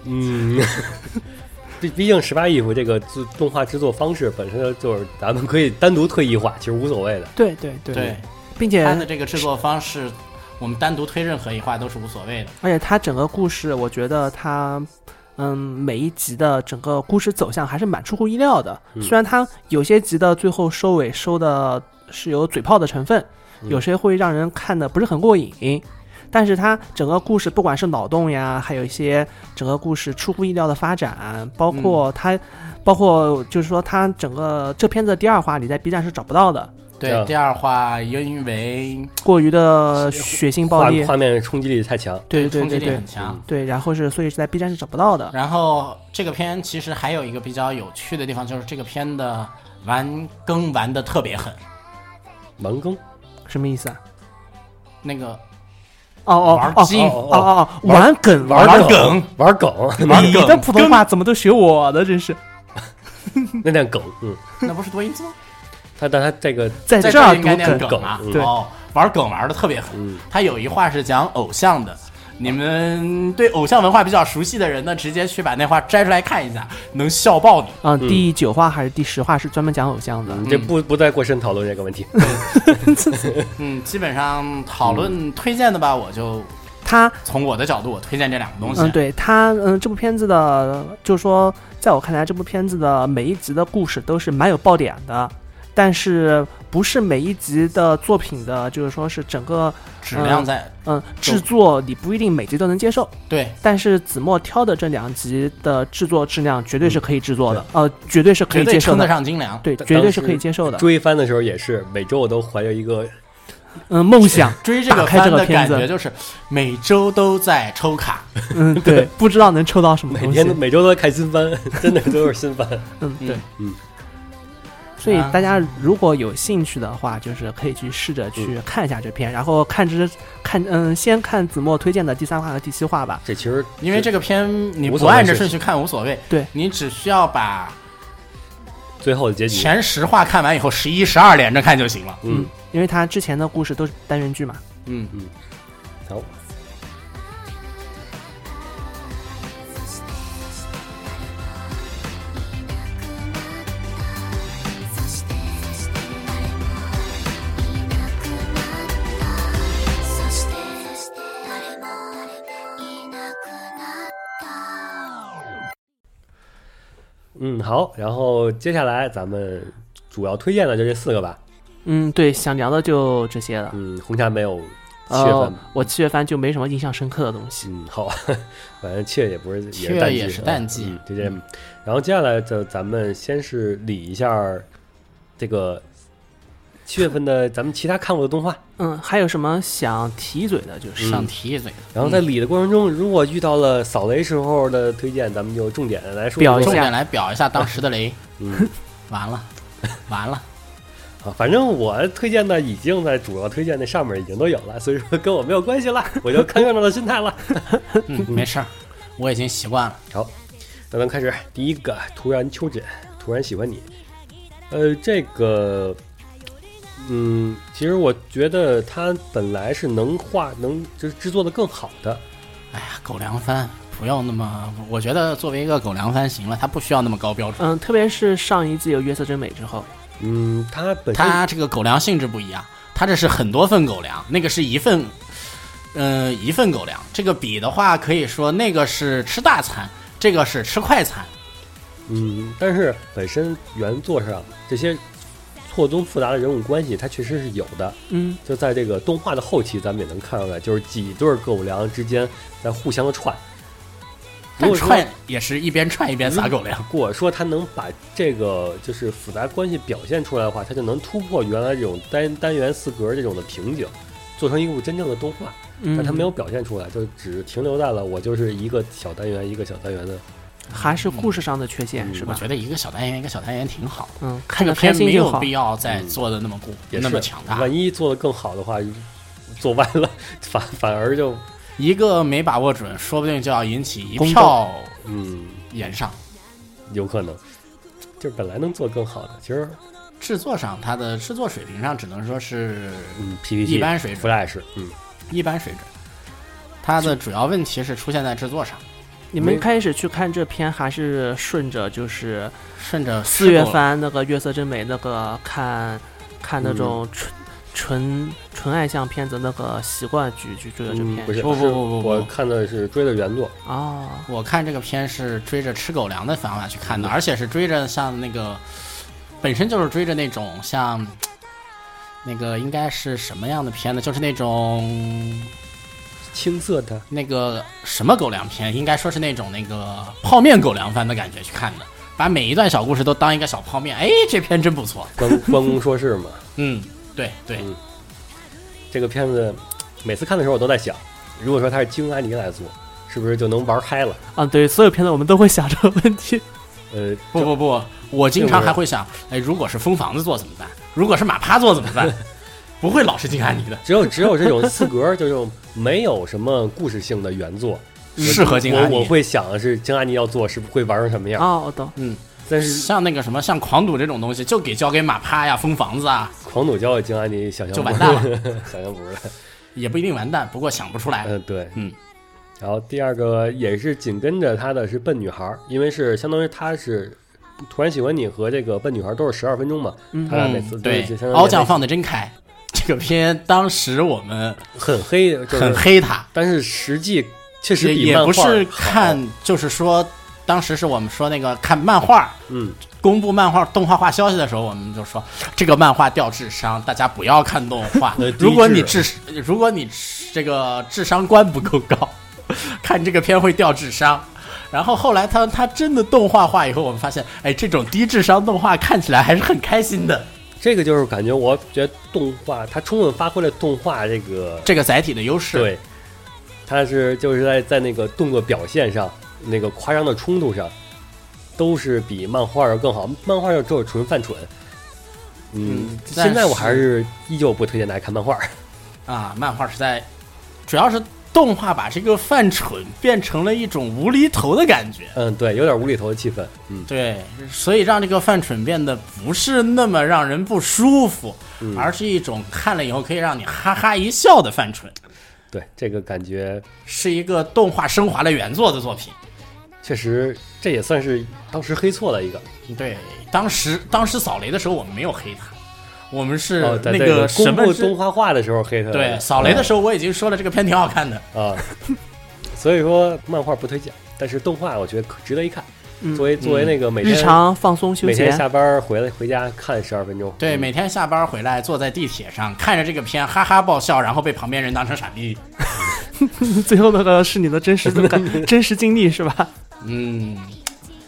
F: 嗯。毕毕竟十八 if 这个自动画制作方式本身就是咱们可以单独推一画，其实无所谓的。
G: 对对对
E: 对，
G: 并
E: 它的
G: 且
E: 这个制作方式，我们单独推任何一话都是无所谓的。
G: 而且它整个故事，我觉得它。嗯，每一集的整个故事走向还是蛮出乎意料的。
E: 嗯
G: 虽然它有些集的最后收尾收的是有嘴炮的成分，
E: 嗯
G: 有些会让人看的不是很过瘾，但是它整个故事不管是脑洞呀，还有一些整个故事出乎意料的发展，包
E: 嗯
G: 括它，包括就是说它整个这片子的第二话你在 B 站是找不到的，
F: 这
E: 对，
F: 样
E: 第二话因为
G: 过于的血腥暴
F: 画
G: 力，
F: 画面冲击力太强，
G: 对对
E: 冲击
G: 对
E: 力
G: 对
E: 很强。
G: 对，然后是所以是在 B 站是找不到的，
E: 然后这个片其实还有一个比较有趣的地方，就是这个片的玩更玩的特别狠。
F: 完工
G: 什么意思啊？
E: 那个
G: 哦哦
E: 玩
G: 哦
E: 精
G: 哦哦哦，玩梗
F: 玩
G: 梗，
F: 梗玩梗，
G: 你的普通话怎么都学我的，真是
F: 那念梗，嗯，
E: 那不是多音
G: <laughs>
E: 字吗？
F: 他但他这个
G: 在
E: 在
G: 这儿
E: 应该念
G: 读
F: 梗
E: 啊
F: 嗯，
G: 对嗯
E: 哦，玩梗玩的特别狠。他有一话是讲偶像的，你们对偶像文化比较熟悉的人呢，直接去把那话摘出来看一下，能笑爆你。
G: 嗯，第九话还是第十话是专门讲偶像的，
F: 这不不再过深讨论这个问题。
E: 嗯，基本上讨论推荐的吧，我就
G: 他
E: 从我的角度，我推荐这两个东西。
G: 嗯，对他，嗯，这部片子的，就是说，在我看来，这部片子的每一集的故事都是蛮有爆点的，但是不是每一集的作品的，就是说是整个
E: 质量在
G: 嗯制作，你不一定每集都能接受。
E: 对
G: 但是子墨挑的这两集的制作质量绝对是可以制作的，呃，绝对是可
E: 绝
G: 以
E: 对
G: 接受
E: 称得
G: 的，
E: 上精良。
G: 对，
F: 当
G: 绝对
F: 当
G: 是
F: 时
G: 可以接受的。
F: 追番的时候也是，每周我都怀着一个
G: 嗯，梦想，
E: <laughs> 追这个
G: 打开这
E: 番
G: 个
E: 的
G: 片
E: 感
G: 子
E: 觉就是每周都在抽卡，
G: 嗯，对，不知道能抽到什么
F: 每
G: 东西
F: 天都。每周都在看新番， <laughs> 真的都是新番。
G: 嗯，对，
F: 嗯。
G: 所以
E: 啊
G: 大家如果有兴趣的话，就是可以去试着去看一下这片，然后看之看，嗯，先看子墨推荐的第三话和第七话吧。
F: 这其实
E: 因为这个片你
F: 无
E: 不
F: 所谓
E: 按着
F: 是
E: 顺序看无所谓，
G: 对
E: 你只需要把
F: 最后的结局，
E: 嗯前十话看完以后，十一、十二连着看就行了。
F: 嗯，
G: 因为他之前的故事都是单元剧嘛。
E: 嗯，
F: 好，
D: そしてそして誰もいなくなった
F: 嗯，好，然后接下来咱们主要推荐的就这四个吧。
G: 嗯，对，想聊的就这些了。
F: 嗯，红茶没有七月份
E: 哦
G: 呃
F: 吧，，
G: 我七月番就没什么印象深刻的东西。
F: 嗯，好，反正七月也不是，
E: 七
F: 也是
E: 月
F: 淡季，
E: 也是淡季
F: 嗯，就这样。然后接下来就咱们先是理一下这个七月份的咱们其他看过的动画，
G: 嗯，还有什么想提嘴的？就是
E: 上提一嘴，
F: 嗯
E: 嗯
F: 然后在理的过程中，如果遇到了扫雷时候的推荐，咱们就重点来说
G: 表一
E: 重
G: 下
E: 点来表一下当时的雷。
F: 嗯，
E: 完了，完了，
F: 啊，反正我推荐的已经在主要推荐那上面已经都有了，所以说跟我没有关系了，我就看热闹的心态了。 <laughs>
E: 嗯，没事儿，我已经习惯了。
F: 好，那咱开始第一个，突然丘疹，突然喜欢你。呃，这个，嗯，其实我觉得它本来是能画能就是制作的更好的，
E: 哎呀，狗粮番不要那么，我觉得作为一个狗粮番行了，它不需要那么高标准。
G: 嗯，特别是上一季有约瑟真美之后，
F: 嗯，它本身
E: 它这个狗粮性质不一样，它这是很多份狗粮，那个是一份，呃，一份狗粮。这个比的话，可以说那个是吃大餐，这个是吃快餐。
F: 嗯，但是本身原作上这些错综复杂的人物关系，它确实是有的。
G: 嗯，
F: 就在这个动画的后期，咱们也能看出来，就是几对儿狗粮之间在互相的串。如
E: 但
F: 果说嗯
E: 踹也是一边踹一边撒狗粮
F: 如。果说他能把这个就是复杂关系表现出来的话，他就能突破原来这种单单元四格这种的瓶颈，做成一部真正的动画。
G: 嗯
E: 嗯
F: 但他没有表现出来，就只停留在了我就是一个小单元一个小单元的。
G: 还是故事上的缺陷、
F: 嗯
G: 是
E: 我
G: 吧？
E: 觉得一个小单元一个小单元挺好的，
G: 嗯，
E: 这
G: 看
E: 个
G: 着开
E: 片
G: 心
E: 没
G: 就
E: 有
G: 好。
E: 必要再做的那么固、
F: 嗯也是
E: 那么强大。
F: 万一做得更好的话，做歪了， <laughs> 反反而就
E: 一个没把握准，说不定就要引起一
G: 轰
E: 票
F: 嗯
E: 言上。
F: 有可能，就是本来能做更好的，其实
E: 制作上，它的制作水平上只能说是
F: 嗯 PPT
E: 一般水准，
F: Flash 嗯
E: 一般水准。它的主要问题是出现在制作上，
G: 你
F: 没
G: 们开始去看这篇，还是顺着就是
E: 顺着
G: 四月
E: 制作
G: 番那个月色真美那个看看那种纯、纯纯爱向片子那个习惯去去追的这
F: 嗯
G: 篇、
F: 不是
E: 不不
F: 是
E: 不不不
F: 我看的是追的原作，
G: 哦，
E: 我看这个片是追着吃狗粮的方法去看的，而且是追着像那个，本身就是追着那种像，那个应该是什么样的片呢？就是那种
F: 青涩的
E: 那个什么狗粮片，应该说是那种那个泡面狗粮番的感觉去看的，把每一段小故事都当一个小泡面。哎，这片真不错。
F: 关关公说事嘛，
E: 嗯，对对，
F: 嗯这个片子每次看的时候我都在想，如果说他是京阿尼来做，是不是就能玩嗨了？
G: 啊，对，所有片子我们都会想这个问题。
F: 呃，
E: 不不不，我经常还会想，哎，如果是疯房子做怎么办？如果是马趴做怎么办？ <laughs> 不会老是金安妮的，
F: 只有只有这种四格，就这种没有什么故事性的原作，
E: <laughs> 适合金安妮。啊
F: 我我会想的是京阿尼要做是不是会玩成什么样，
G: 哦，我懂。
F: 但是
E: 像那个什么，像狂赌这种东西，就给交给马趴呀、疯房子啊，
F: 狂赌教的京安妮想象
E: 就
F: 不
E: 完
F: 出
E: 蛋
F: 来，
E: 了，
F: <laughs> 想象不出来。
E: 也不一定完蛋，不过想不出来。
F: 嗯，对，
E: 嗯。
F: 然后第二个也是紧跟着他的是笨女孩儿，因为是相当于他是突然喜欢你和这个笨女孩儿都是十二分钟嘛，他俩每次
E: 嗯，
F: 都是
E: 对
F: 就相，当
E: 敖
F: 于
E: 酱放的真开。这个片当时我们
F: 很黑，就是
E: 很黑他，
F: 但是实际确实
E: 也
F: 比
E: 也
F: 漫
E: 不
F: 画
E: 是
F: 好
E: 看，就是说当时是我们说那个看漫画，
F: 嗯，
E: 公布漫画动画化消息的时候，我们就说这个漫画掉智商，大家不要看动画
F: 呃。
E: 如果你
F: 低
E: 智，如果你这个智商观不够高，看这个片会掉智商。然后后来他他真的动画化以后，我们发现，哎，这种低智商动画看起来还是很开心的。
F: 这个就是感觉，我觉得动画它充分发挥了动画这个
E: 这个载体的优势，
F: 对，它是就是在在那个动作表现上，那个夸张的冲突上，都是比漫画要更好。漫画要只有纯犯蠢。嗯
E: 嗯，但
F: 现在我还
E: 是
F: 是依旧不推荐大家看漫画。
E: 啊，漫画实在，主要是动画把这个犯蠢变成了一种无厘头的感觉。
F: <laughs> 嗯，对，有点无厘头的气氛。嗯，
E: 对，所以让这个犯蠢变得不是那么让人不舒服，
F: 嗯
E: 而是一种看了以后可以让你哈哈一笑的犯蠢，
F: 对，这个感觉
E: 是一个动画升华了原作的作品。
F: 确实，这也算是当时黑错的一个。
E: 对，当时当时扫雷的时候我们没有黑他，我们是
F: 哦，在
E: 那
F: 这
E: 个什
F: 公
E: 么
F: 布
E: 之
F: 动画嗯化的时候黑他。
E: 对扫雷的时候我已经说了这个片挺好看的，
F: 候啊，所以说漫画不推荐，但是动画我觉得可值得一看。
E: 嗯
F: 作为作为那个每天
G: 日常放松休
F: 每天
G: 闲，
F: 下班回来回家看十二分钟。
E: 对，
F: 嗯
E: 每天下班回来坐在地铁上看着这个片哈哈爆笑，然后被旁边人当成傻逼。
G: 最后那个是你的真实的感真实经历是吧？
E: 嗯，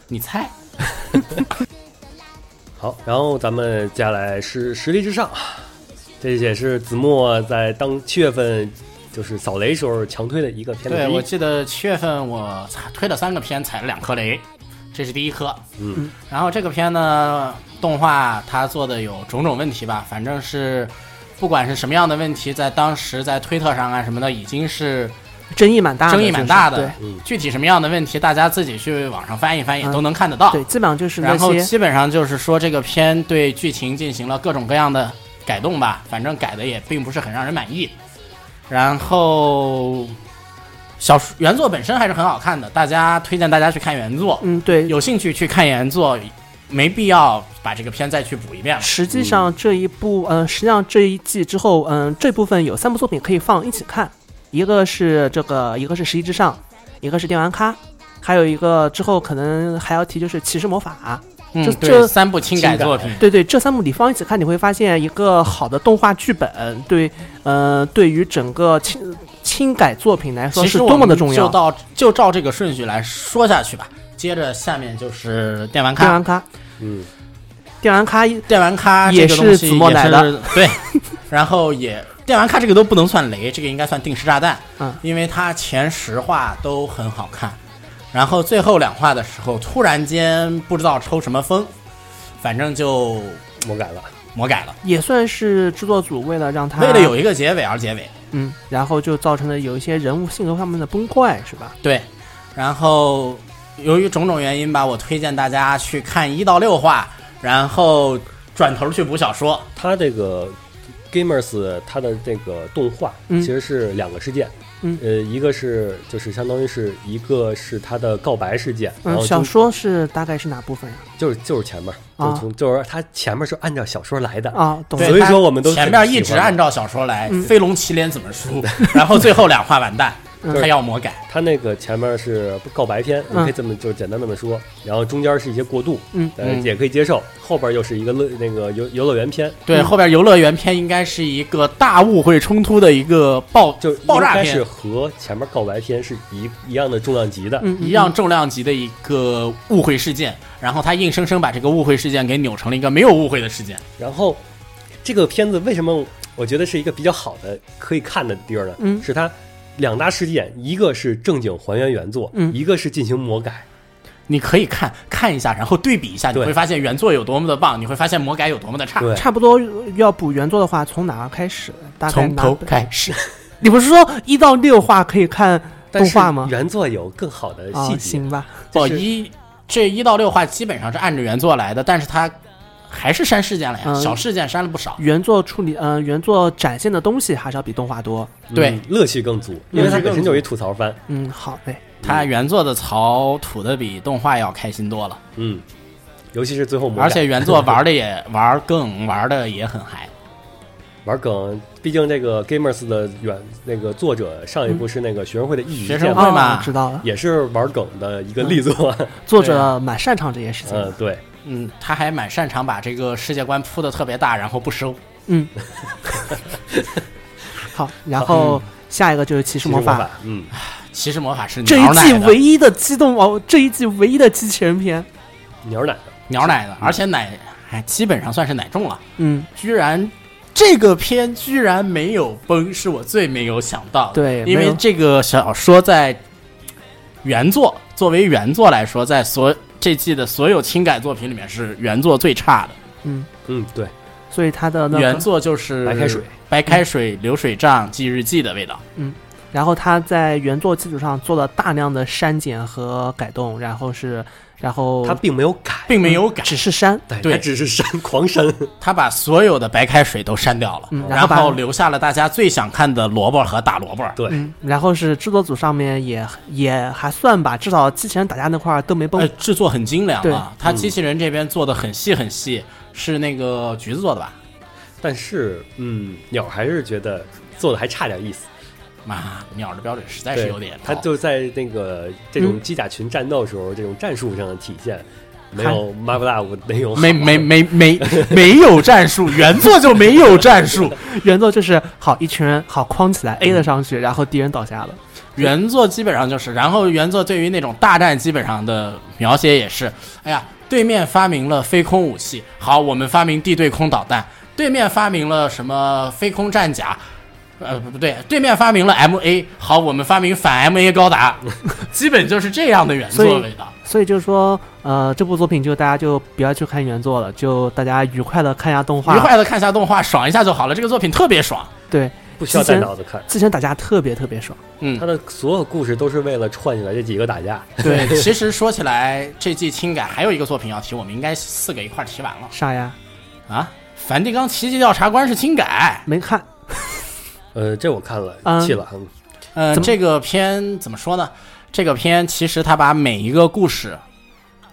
E: 你猜？
F: 好，然后咱们接下来是实力至上，这也是子墨在当七月份就是扫雷时候强推的一个片子
E: 对，
F: 之
E: 我
F: 一。
E: 记得七月份我踩推了三个片，踩了两颗雷，这是第一颗。
F: 嗯，
E: 然后这个片呢，动画它做的有种种问题吧，反正是不管是什么样的问题，在当时在推特上啊什么的，已经是
G: 争议蛮大的，
E: 争议蛮大的。
G: 就是
F: 嗯
E: 具体什么样的问题，大家自己去网上翻一翻，也
G: 嗯
E: 都能看得到。
G: 对对，基本上就是那
E: 然后
G: 些
E: 基本上就是说这个片对剧情进行了各种各样的改动吧，反正改的也并不是很让人满意。然后小说原作本身还是很好看的，大家推荐大家去看原作，
G: 嗯对，
E: 有兴趣去看原作，没必要把这个片再去补一遍了。
G: 实际上这一部，嗯、实际上这一季之后，嗯、这部分有三部作品可以放一起看，一个是这个，一个是《十一之上》，一个是《电玩咖》，还有一个之后可能还要提就是《骑士魔法》
E: 嗯
G: 这，
E: 对，
G: 这
E: 三部轻改作品，
G: 对对，这三部你放一起看，你会发现一个好的动画剧本对，呃，对于整个轻轻改作品来说
E: 其实
G: 是多
E: 我
G: 么
E: 们
G: 的重要
E: 就。到就照这个顺序来说下去吧。接着下面就是电玩
G: 电
E: 咖
G: 玩，咖，
F: 嗯，
G: 电玩咖一
E: 电玩咖
G: 也
E: 这个
G: 是
E: 东西
G: 子墨奶的
E: 也是，
G: <laughs>
E: 对， <laughs> 然后也电玩咖这个都不能算雷，这个应该算定时炸弹，
G: 嗯
E: 因为它前十话都很好看，然后最后两话的时候突然间不知道抽什么风，反正就
F: 我改了。
E: 魔改了，
G: 也算是制作组为了让他
E: 为了有一个结尾而结尾，
G: 嗯，然后就造成了有一些人物性格方面的崩坏，是吧？
E: 对，然后由于种种原因吧，我推荐大家去看一到六话，然后转头去补小说，
F: 它这个 Gamers 它的这个动画
G: 嗯
F: 其实是两个事件，
G: 嗯
F: 呃，一个是就是相当于是一个是它的告白事件，然
E: 哦
G: 嗯，
F: 后
G: 小
F: 就
G: 说是大概是哪部分呀、
F: 就是就是前面，
G: 啊
F: 就是从就是它前面是按照小说来的
G: 啊？，懂
E: 对
G: 了。
F: 所以
E: 它
F: 说我们都
E: 前
F: 挺
E: 面
F: 喜
E: 一直
F: 欢的
E: 按照小说来，
G: 嗯
E: 飞龙骑脸怎么输，然后最后两话完蛋，他要魔改。
F: 它那个前面是告白篇，你
G: 嗯
F: 可以这么就是简单这么说，然后中间是一些过渡，
G: 嗯
F: 呃，
E: 嗯
F: 也可以接受，后边又是一个乐那个游游乐园篇，
E: 对，后边游乐园篇应该是一个大误会冲突的一个爆
F: 就是
E: 爆炸
F: 应该是
E: 片，
F: 和前面告白篇是一一样的重量级的，
G: 嗯，嗯
E: 一样重量级的一个误会事件，然后他硬生生把这个误会事件给扭成了一个没有误会的事件。
F: 然后这个片子为什么我觉得是一个比较好的可以看的地儿呢？
G: 嗯
F: 是它两大事件，一个是正经还原原作，
G: 嗯
F: 一个是进行魔改。
E: 你可以看看一下，然后对比一下，你
F: 对
E: 会发现原作有多么的棒，你会发现魔改有多么的差。
F: 对
G: 差不多要补原作的话，从哪儿开始？大概
E: 从
G: 哪
E: 头开始，
G: <laughs> 你不是说一到六话可以看
F: 但
G: 动
F: 是
G: 画吗？
F: 原作有更好的
G: 啊、
F: 细节，
G: 行吧，
E: 不
F: 就是
E: 哦一这一到六话基本上是按着原作来的，但是他还是删事件了呀，
G: 嗯
E: 小事件删了不少。
G: 原作处理，嗯、原作展现的东西还是要比动画多。
F: 嗯
E: 对
F: 乐趣更足，因为它本身就是一吐槽番。
G: 嗯，好嘞，
E: 他原作的槽吐的比动画要开心多了，
F: 嗯，
G: 嗯
F: 尤其是最后魔改，
G: <laughs>
E: 而且原作玩的也玩更玩的也很嗨。
F: <laughs> 玩梗，毕竟这个 Gamers 的原那个作者上一部是那个学生会的意义
E: 嗯学
F: 见
E: 生
F: 嘛
E: 会嗯嘛
G: 哦知道了。
F: 也是玩梗的一个力作。 <laughs>
G: 作
E: 对啊
G: 者蛮擅长这件事情的。
F: 嗯，
E: <laughs>
F: 对，
E: 嗯，他还蛮擅长把这个世界观铺的特别大，然后不收。
G: 嗯，好，然
E: 嗯
G: 后下一个就是骑
F: 其
G: 士
F: 实
G: 魔
F: 魔
G: 法，，
F: 嗯，
E: 骑士魔法是
G: 这一
E: 鸟奶
G: 季唯
E: 的，
G: 一的机动哦，这一季唯一的机器人片。
F: 鸟奶的，
E: 鸟奶的，而且奶哎基本上算是奶中了，
G: 嗯，
E: 居然。这个片居然没有崩，是我最没有想到的。
G: 对
E: 因
G: 没
E: 为
G: 有
E: 这个小说在原作作为原作来说，在所这季的所有轻改作品里面是原作最差的。
F: 嗯，对，
G: 所以它的那
E: 原
G: 个，
E: 作就是
F: 白开水、
E: 白开水、流水账、记日记的味道。
G: 然后它在原作基础上做了大量的删减和改动，然后是，然后
F: 它并没有改，
E: 并没有改，
G: 只是删，
E: 对
F: 它只是删
E: <laughs>
F: 狂删，
E: 他把所有的白开水都删掉了，
G: 嗯然
E: 然
G: 后把
E: 后留下了大家最想看的萝卜和大萝卜。
F: 对，
G: 嗯，然后是制作组上面也也还算吧，至少机器人打架那块儿都没崩
E: 呃，。制作很精良
G: 对
E: 啊，他机器人这边做的很细很细，是那个橘子做的吧？
F: 但是，嗯，鸟还是觉得做的还差点意思，
E: 妈，鸟的标准实在是
F: 对
E: 有点，
F: 它
E: 高
F: 就在那个这种机甲群战斗时候，这种战术上的体现，没有 m a v l a v 那种
E: 没没没没没有战术， <laughs> 原作就没有战 <laughs> 术。
G: 原作就是好一群人好框起来
E: 嗯
G: A 了上去，然后敌人倒下了。
E: 原作基本上就是，然后原作对于那种大战基本上的描写也是，哎呀，对面发明了飞空武器，好，我们发明地对空导弹；对面发明了什么飞空战甲，呃，不对，对面发明了 MA，好，我们发明反 MA 高达， <laughs> 基本就是这样的原
G: 所
E: 作
G: 以
E: 味道。
G: 所以就是说，呃，这部作品就大家就不要去看原作了，就大家愉快的看一下动画。
E: 愉快的看一下动画，爽一下就好了。这个作品特别爽，
G: 对，
F: 不需要带脑子看。
G: 之前打架特别特别爽。
E: 嗯
F: 它，的所有故事都是为了串起来这几个打架，
E: 对。其实说起来，这季轻改还有一个作品要提，我们应该四个一块儿提完了
G: 啥呀？
E: 啊。梵蒂冈奇迹调查官是轻改，
G: 没看。
F: <laughs> 呃，这我看了，
G: 嗯
F: 气了，嗯
E: 呃，
G: 怎么
E: 这个片怎么说呢？这个片其实他把每一个故事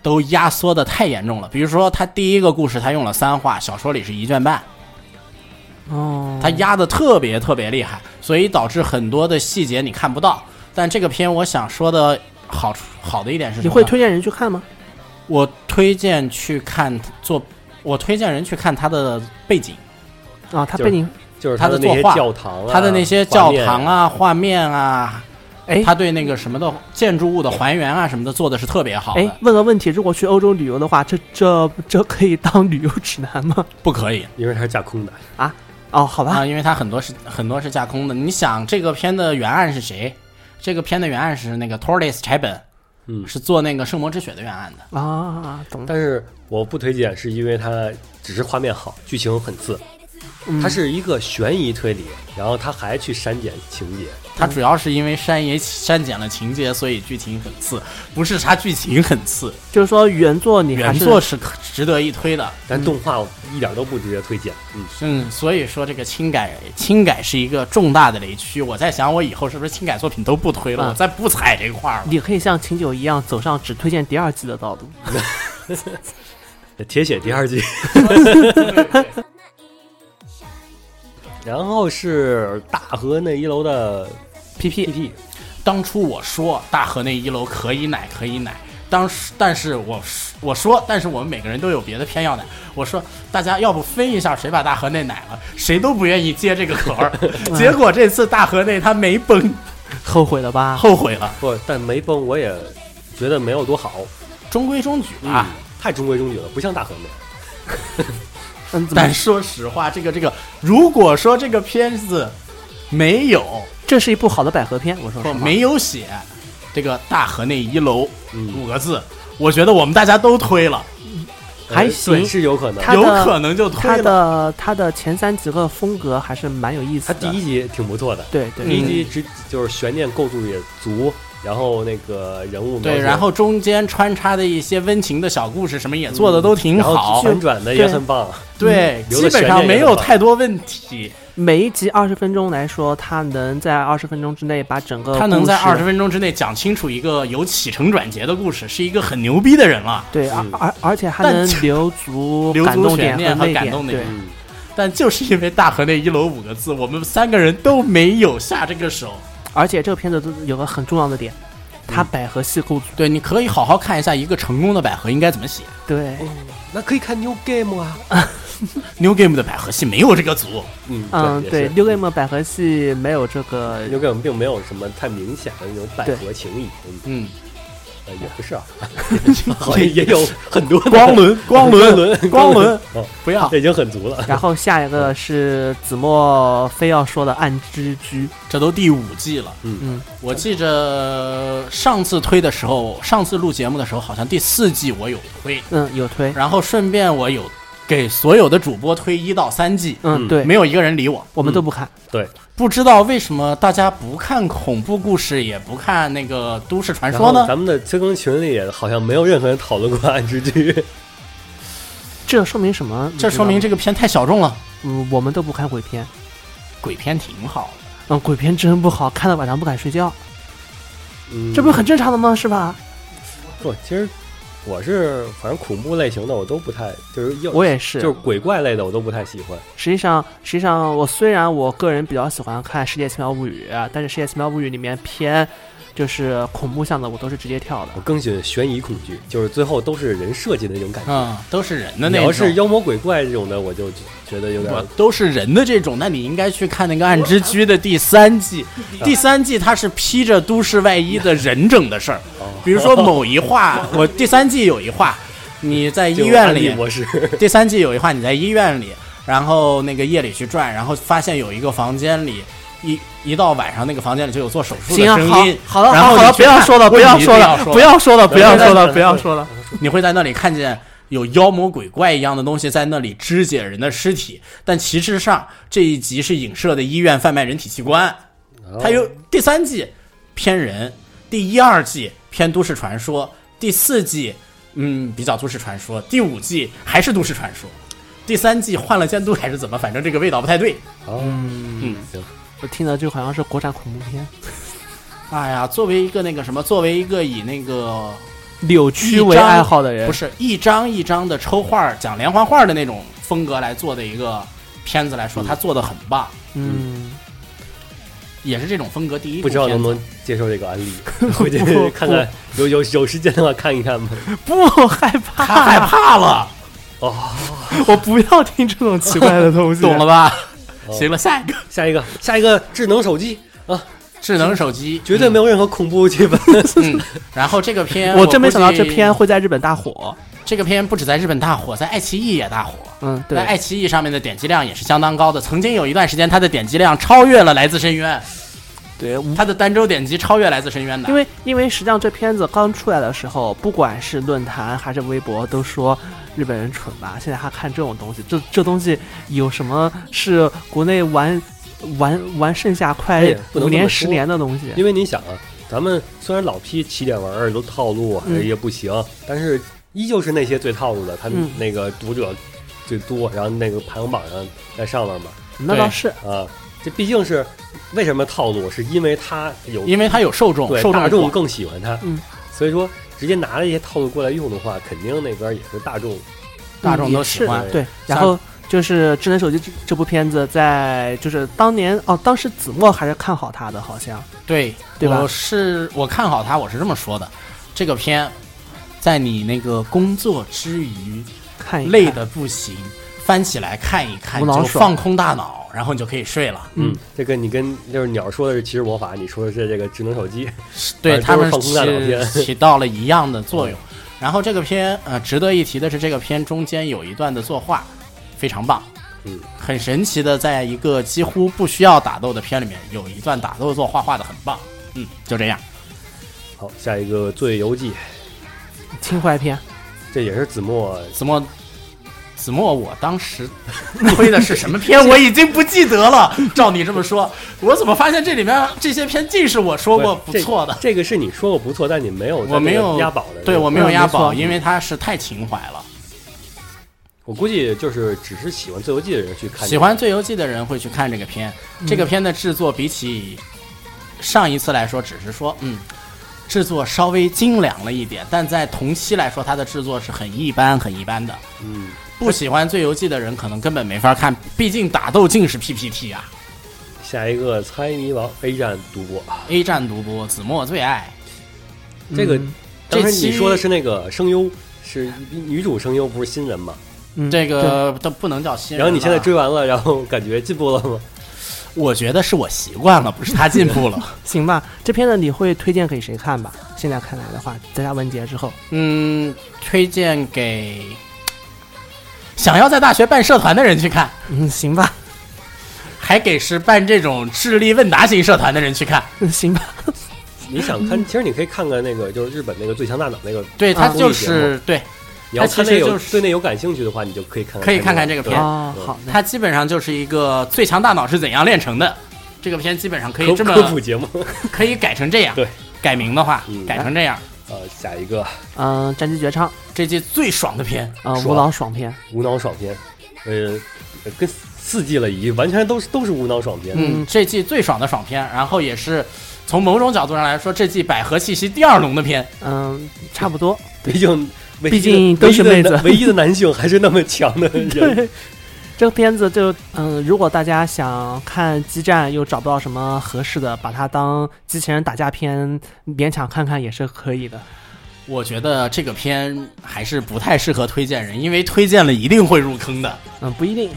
E: 都压缩的太严重了。比如说，他第一个故事他用了三话，小说里是一卷半，
G: 哦，
E: 他压的特别特别厉害，所以导致很多的细节你看不到。但这个片我想说的好处好的一点是什
G: 你
E: 么呢？
G: 会推荐人去看吗？
E: 我推荐去看做，我推荐人去看他的背景，
G: 啊，他
F: 就
G: 被
F: 是
G: 你
F: 就是
E: 它
F: 它
E: 的
F: 那些
E: 作画
F: 教堂啊，
E: 他的那些
F: 画
E: 教
F: 面
E: 堂，啊、画面啊，
G: 哎
E: 他对那个什么的建筑物的还原啊什么的做的是特别好的
G: 哎。问个问题，如果去欧洲旅游的话，这这这可以 <laughs> 当旅游指南吗？
E: 不可以。
F: 因为它是架空的，
G: 哦，好吧，
E: 啊，因为它很多是很多是架空的。你想，这个片的原案是谁？这个片的原案是那个 Torres 柴本，
F: 嗯
E: 是做那个《圣魔之血》的原案的。
G: 啊，懂了。
F: 但是我不推荐，是因为它只是画面好，剧情很次。
G: 嗯
F: 它是一个悬疑推理，然后它还去删减情节，
E: 它主要是因为删也删减了情节，所以剧情很次。不是它剧情很次，
G: 就是说原作你还
E: 原
G: 是
E: 作是可值得一推的。
F: 但动画我一点都不值得推荐。嗯，
E: 嗯，所以说这个轻改轻改是一个重大的雷区。我在想，我以后是不是轻改作品都不推了？
G: 嗯
E: 我再不踩这块儿了。
G: 你可以像秦九一样走上只推荐第二季的道路。 <laughs>
F: 铁血第二季， <laughs> 然后是大河那一楼的 P P P，
E: <laughs> 当初我说大河那一楼可以奶可以奶，当时但是我我说，但是我们每个人都有别的偏要奶。我说大家要不分一下谁把大河内奶了，谁都不愿意接这个壳儿。 <laughs> 结果这次大河内他没崩，
G: 后悔了吧？
E: 后悔了，
F: 不，但没崩，我也觉得没有多好
E: 中规中矩啊吧。
F: 嗯太中规中矩了，不像大河那
G: 嗯，怎么
E: 但说实话，这个这个，如果说这个片子没有
G: 这是一部好的百合片，我说实
E: 不
G: 话。
E: 哦没有写这个大河内一楼
F: 嗯
E: 五个字，我觉得我们大家都推了，
F: 样，
G: 还
F: 呃
G: 行
F: 对是有可能。
G: 它
E: 有
G: 的
E: 可能就推
G: 它
E: 了。
G: 的它的前三集个风格还是蛮有意
F: 它
G: 思的。
F: 第一集挺不错的，
G: 对
F: 第
E: 嗯
G: 对
F: 一集只就是悬念构筑也足，然后那个人物描
E: 对，
F: 写
E: 然后中间穿插的一些温情的小故事，什么也做的都挺
F: 然后
E: 好，
F: 反转的也很棒，
E: 对，
F: 留
E: <laughs>
F: 的
E: 基本
F: 悬念
E: 上没有
F: 也很棒
E: 太多问题。
G: 每一集二十分钟来说，它能在二十分钟之内把整个
E: 他能
G: 故
E: 在
G: 事
E: 二十分钟之内讲清楚一个有起承转结的故事，是一个很牛逼的人了。
G: 对，而而而且还
E: 但
G: 能
E: 这
G: 留足
E: 留
G: 感
E: 足
G: 动
E: 悬
G: 点
E: 念和
G: 泪
E: 感
G: 点
E: 动。
G: 对
E: 点，但就是因为大河内一楼五个字，我们三个人都没有下这个手。
G: 而且这个片子都有个很重要的点，
E: 嗯
G: 它百合系构组，
E: 对，你可以好好看一下一个成功的百合应该怎么写。
G: 对，
F: 那可以看 New Game 啊。
E: New Game 的百合系没有这个组，
F: 嗯
G: 嗯，
F: 也
G: 对，
F: 是
G: 六 game 百合系没有这个，
E: 嗯
F: New Game 并没有什么太明显的那种百合情谊，嗯
E: 嗯，
F: 呃也不
E: <laughs>
F: 是啊，好像也有很多的
E: 光轮光轮
F: <laughs> 轮
E: 光轮，
F: 哦
E: 不要
F: 这，已经很足了。
G: 然后下一个是子墨非要说的暗之居，
E: 这都第五季了。
G: 嗯，
E: 我记着上次推的时候，上次录节目的时候，好像第四季我有推，
G: 嗯，有推，
E: 然后顺便我有给所有的主播推一到三季，
G: 嗯，
F: 嗯
G: 对，
E: 没有嗯一个人理我。
G: 我们都不看，
F: 对，
E: 不知道为什么大家不看恐怖故事，也不看那个都市传
F: 然
E: 说
F: 后
E: 呢？
F: 咱们的催更群里也好像没有任何人讨论过暗之居，
G: 这说明什么？
E: 这说明
G: 这，
E: 这个片太小众了。
G: 嗯，我们都不看鬼片，
E: 鬼片挺好的，
G: 嗯，鬼片真不好，看到晚上不敢睡觉，
F: 嗯
G: 这不是很正常的吗？是吧？
E: 嗯
F: 不？其实我是反正恐怖类型的我都不太，就是又
G: 我也是，
F: 就是鬼怪类的我都不太喜欢。
G: 实际上，实际上，我虽然我个人比较喜欢看《世界奇妙物语》，但是《世界奇妙物语》里面偏就是恐怖向的，我都是直接跳的
F: 我。更喜欢悬疑恐惧，就是最后都是人设计的那种感觉。
E: 嗯，都是人的
F: 你
E: 那
F: 要是
E: 种。
F: 妖魔鬼怪这种的，我就觉得有点
E: 我都是人的这种，那你应该去看那个《暗之居》的第三季。第三季它是披着都市外衣的人整的事儿，比如说某一话，我第三季有一话，你在医院里，
F: 模式。
E: 第三季有一话，你在医院里，然后那个夜里去转，然后发现有一个房间里。一一到晚上，那个房间里就有做手术的
G: 行啊，
E: 声
G: 好
E: 音。，
G: 好了，
E: 然
G: 好
E: 后
G: 了，好了
E: 你去
G: 不要
E: 看
G: 说了，
E: 不
G: 不要
E: 你
G: 说了，不要说了，不要说了，不要说了。
E: 你会在那里看见有妖魔鬼怪一样的东西在那里肢解人的尸体，但其实上这一集是影射的医院贩卖人体器官。它有第三季偏人，第一二季偏都市传说，第四季嗯比较都市传说，第五季还是都市传说，第三季换了监督还是怎么，反正这个味道不太对。
F: 嗯， <laughs> 行，
G: 我听的就好像是国产恐怖片，
E: 哎呀，作为一个那个什么，作为一个以那个
G: 扭曲为爱好的人，
E: 不是一张一张的抽画儿讲连环画儿的那种风格来做的一个片子来说，他做的很棒，
G: 嗯，
E: 也是这种风格第一部
F: 不知道
E: 片
F: 能不
E: 子。
F: 能接受这个 <laughs> 案例，回去看看，有有有时间的话看一看吧。
G: 不害怕，
E: 他害 <laughs> 怕了，
F: 哦，
G: <laughs> 我不要听这种奇怪的 <laughs> 东西，
E: 懂了？吧？
F: 哦
E: 行了，下一个
F: 下一个，下一个智能手机啊，
E: 智能手机
F: 绝对没有任何恐怖气氛。
E: 嗯。嗯然后这个片
G: 我真没想到
E: 估计
G: 这片会在日本大火，
E: 这个片不止在日本大火，在爱奇艺也大火。
G: 嗯，
E: 在爱
G: 对，
E: 奇艺上面的点击量也是相当高的，曾经有一段时间，它的点击量超越了《来自深渊
G: 对，》，
E: 它的单周点击超越《来自深渊》的。
G: 因为因为实际上这片子刚出来的时候，不管是论坛还是微博，都说日本人蠢吧。现在还看这种东西，这这东西有什么是国内玩玩玩剩下
F: 哎
G: 快
F: 呀不能这么
G: 五年
F: 说
G: 十年的东西？
F: 因为你想啊，咱们虽然老批起点文儿都套路还
G: 嗯
F: 是也不行，但是依旧是那些最套路的，他
G: 嗯
F: 那个读者最多，然后那个排行榜上在上面嘛
G: 那
E: 对
G: 倒是，
F: 啊，这毕竟是为什么套路，是因为他有
E: 因为它有受众，
F: 对
E: 受众
F: 大众
E: 广
F: 更喜欢他，
G: 嗯
F: 所以说直接拿了一些套路过来用的话，肯定那边也是大众
E: 大众都
G: 嗯也
E: 喜
G: 是
E: 欢。
G: 对，
E: 像
G: 然后就是智能手机这这部片子在就是当年哦，当时子墨还是看好他的，好像
E: 对，
G: 对吧
E: 我是我看好它，我是这么说的：这个片，在你那个工作之余
G: 看一看
E: 累的不行，翻起来看一看，
G: 无脑
E: 就
G: 爽
E: 放空大脑，然后你就可以睡了。
G: 嗯，
F: 这跟你跟就是鸟说的是骑士魔法，你说的是这个智能手机，
E: 对
F: 反正
E: 他
F: 都
E: 们
F: 是放空大脑嗯片
E: 起
F: <laughs>
E: 起到了一样的作用。然后这个片，呃，值得一提的是，这个片中间有一段的作画非常棒，
F: 嗯，
E: 很神奇的，在一个几乎不需要打斗的片里面，有一段打斗作画画的很棒，嗯，就这样。
F: 好，下一个《醉游记》，
G: 情怀片，
F: 这也是子墨
E: 子墨，子墨，我当时 <laughs> 推的是什 <laughs> 么片，我已经不记得了。照你这么说，我怎么发现这里面这些片尽是我说过不
F: 这
E: 错的？
F: 这个是你说过不错，但你没有在
E: 我没
F: 那个
E: 有
F: 押宝的，
E: 对我没有
G: 嗯
E: 押
G: 没错
E: 宝，因为它是太情怀了。
F: 我估计就是只是喜欢《醉游记》的人去看这个，
E: 喜欢《醉游记》的人会去看这个片。
F: 嗯
E: 这个片的制作比起上一次来说，只是说嗯，制作稍微精良了一点，但在同期来说，它的制作是很一般、很一般的。
F: 嗯，
E: 不喜欢《最游记》的人可能根本没法看，毕竟打斗尽是 PPT 啊
F: 下一个猜谜王 A 站独播，啊
E: ，A 站独播，子墨最爱。
F: 这个
G: 嗯
F: 当时
E: 这期
F: 你说的是那个声优，是女主声优，不是新人嘛？
G: 嗯
E: 这个都不能叫新人
F: 然
E: 了。
F: 后你现在追完了，然后感觉进步了吗？
E: 我觉得是我习惯了，不是他进步
F: <laughs>
E: 了。
G: 行吧，这片子你会推荐给谁看吧？现在看来的话，在他完结
E: <laughs>
G: 之后，
E: 嗯，推荐给想要在大学办社团的人去看，
G: 嗯，行吧，
E: 还给是办这种智力问答型社团的人去看。 <laughs>
G: 嗯，行吧，
F: 你想看，其实你可以看看那个，就是日本那个《最强大脑》那个。
E: 对他
F: 啊
E: 就是、对
F: 你要
E: 它其
F: 看
E: 实
F: 那有
E: 就是
F: 对那有感兴趣的话，你就可以看看啊
E: 可以看看这个片
G: 哦，
F: 对
G: 好的，
E: 他基本上就是一个最强大脑是怎样炼成的这个片，基本上可以
F: 科
E: 这么
F: 科普节目。 <laughs>
E: 可以改成这样。
F: 对，
E: 改名的话、
F: 嗯
E: 改成这样。
F: 呃，下一个
G: 嗯、战机绝唱，
E: 这季最爽的片，
G: 呃，
F: 爽
G: 无脑爽片，
F: 无脑爽片，呃，跟四季了一，完全都是都是无脑爽片。
E: 嗯，这季最爽的爽片，然后也是从某种角度上来说，这季百合气息第二浓的片。
G: 嗯、差不多，
F: 毕竟唯一的，
G: 毕竟都是妹
F: 唯
G: 子
F: 一的男唯一的男性还是那么强的人。
G: 这个片子就，嗯、如果大家想看激战又找不到什么合适的，把它当机器人打架片勉强看看也是可以的。
E: 我觉得这个片还是不太适合推荐人，因为推荐了一定会入坑的。
G: 嗯，不一定。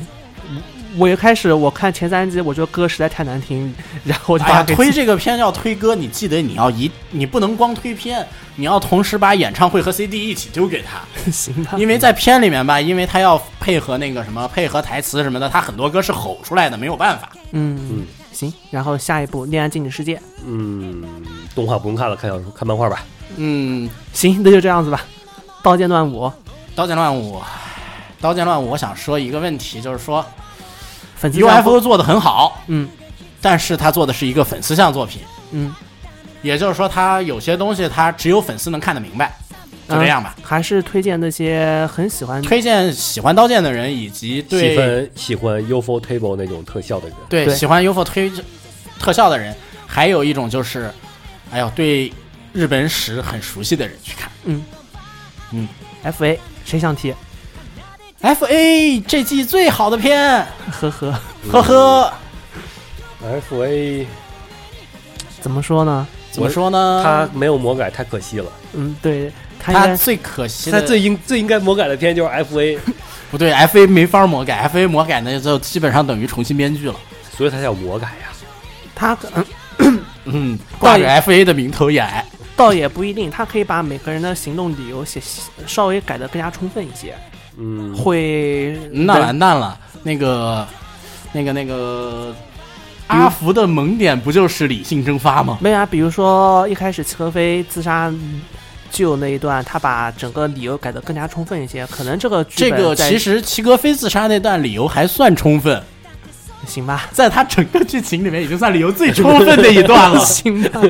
G: 我一开始我看前三集，我觉得歌实在太难听，然后我就
E: 哎
G: 把
E: 呀，
G: 它给
E: 推这个片要推歌，你记得你要一，你不能光推片，你要同时把演唱会和 CD 一起丢给
G: <laughs>
E: 他，
G: 行吧。
E: 因为在片里面吧，因为他要配合那个什么配合台词什么的，他很多歌是吼出来的，没有办法。
G: 嗯
F: 嗯，
G: 行。然后下一部《恋爱禁止世界》，
F: 嗯，动画不用看了，看小说看漫画吧。
E: 嗯，
G: 行，那就这样子吧。《刀剑乱舞》
E: 《刀剑乱舞》，《刀剑乱舞》，我想说一个问题，就是说
G: 粉丝账户
E: UFO 做的很好，
G: 嗯
E: 但是他做的是一个粉丝向作品，
G: 嗯，
E: 也就是说，他有些东西他只有粉丝能看得明白，就这样吧。
G: 嗯还是推荐那些很喜欢
E: 推荐喜欢刀剑的人，以及
F: 喜
E: 对
F: 欢喜欢 UFO Table 那种特效的人，
E: 对
G: 对
E: 喜欢 UFO 推特效的人，还有一种就是，哎呦，对日本史很熟悉的人去看。
G: F A，谁想提？ <laughs>
E: F A 这季最好的片，
G: 呵呵，
E: 呵呵，
F: F A
G: 怎么说呢？
E: 怎么说呢？
F: 他没有魔改，太可惜了。
G: 嗯，对，他应
E: 他
G: 该
E: 最可惜
F: 他
E: 的
F: 最应最应该魔改的片就是 F A，
E: 不对，F A 没法魔改，F A 魔改那就基本上等于重新编剧了。
F: 所以他叫魔改啊呀。
G: 他嗯
E: 嗯，挂着 F A 的名头演，
G: 倒也不一定，他可以把每个人的行动理由写稍微改得更加充分一些，
F: 嗯，
G: 会
E: 那完蛋了。那个，那个，那个，阿福的萌点不就是理性蒸发吗？
G: 没有啊，比如说一开始齐合飞自杀就那一段，他把整个理由改得更加充分一些，可能这个剧
E: 这
G: 本
E: 个
G: 在
E: 其实齐格飞自杀那段理由还算充分，
G: 行吧，
E: 在他整个剧情里面已经算理由最充分的一段了。
G: 行吧，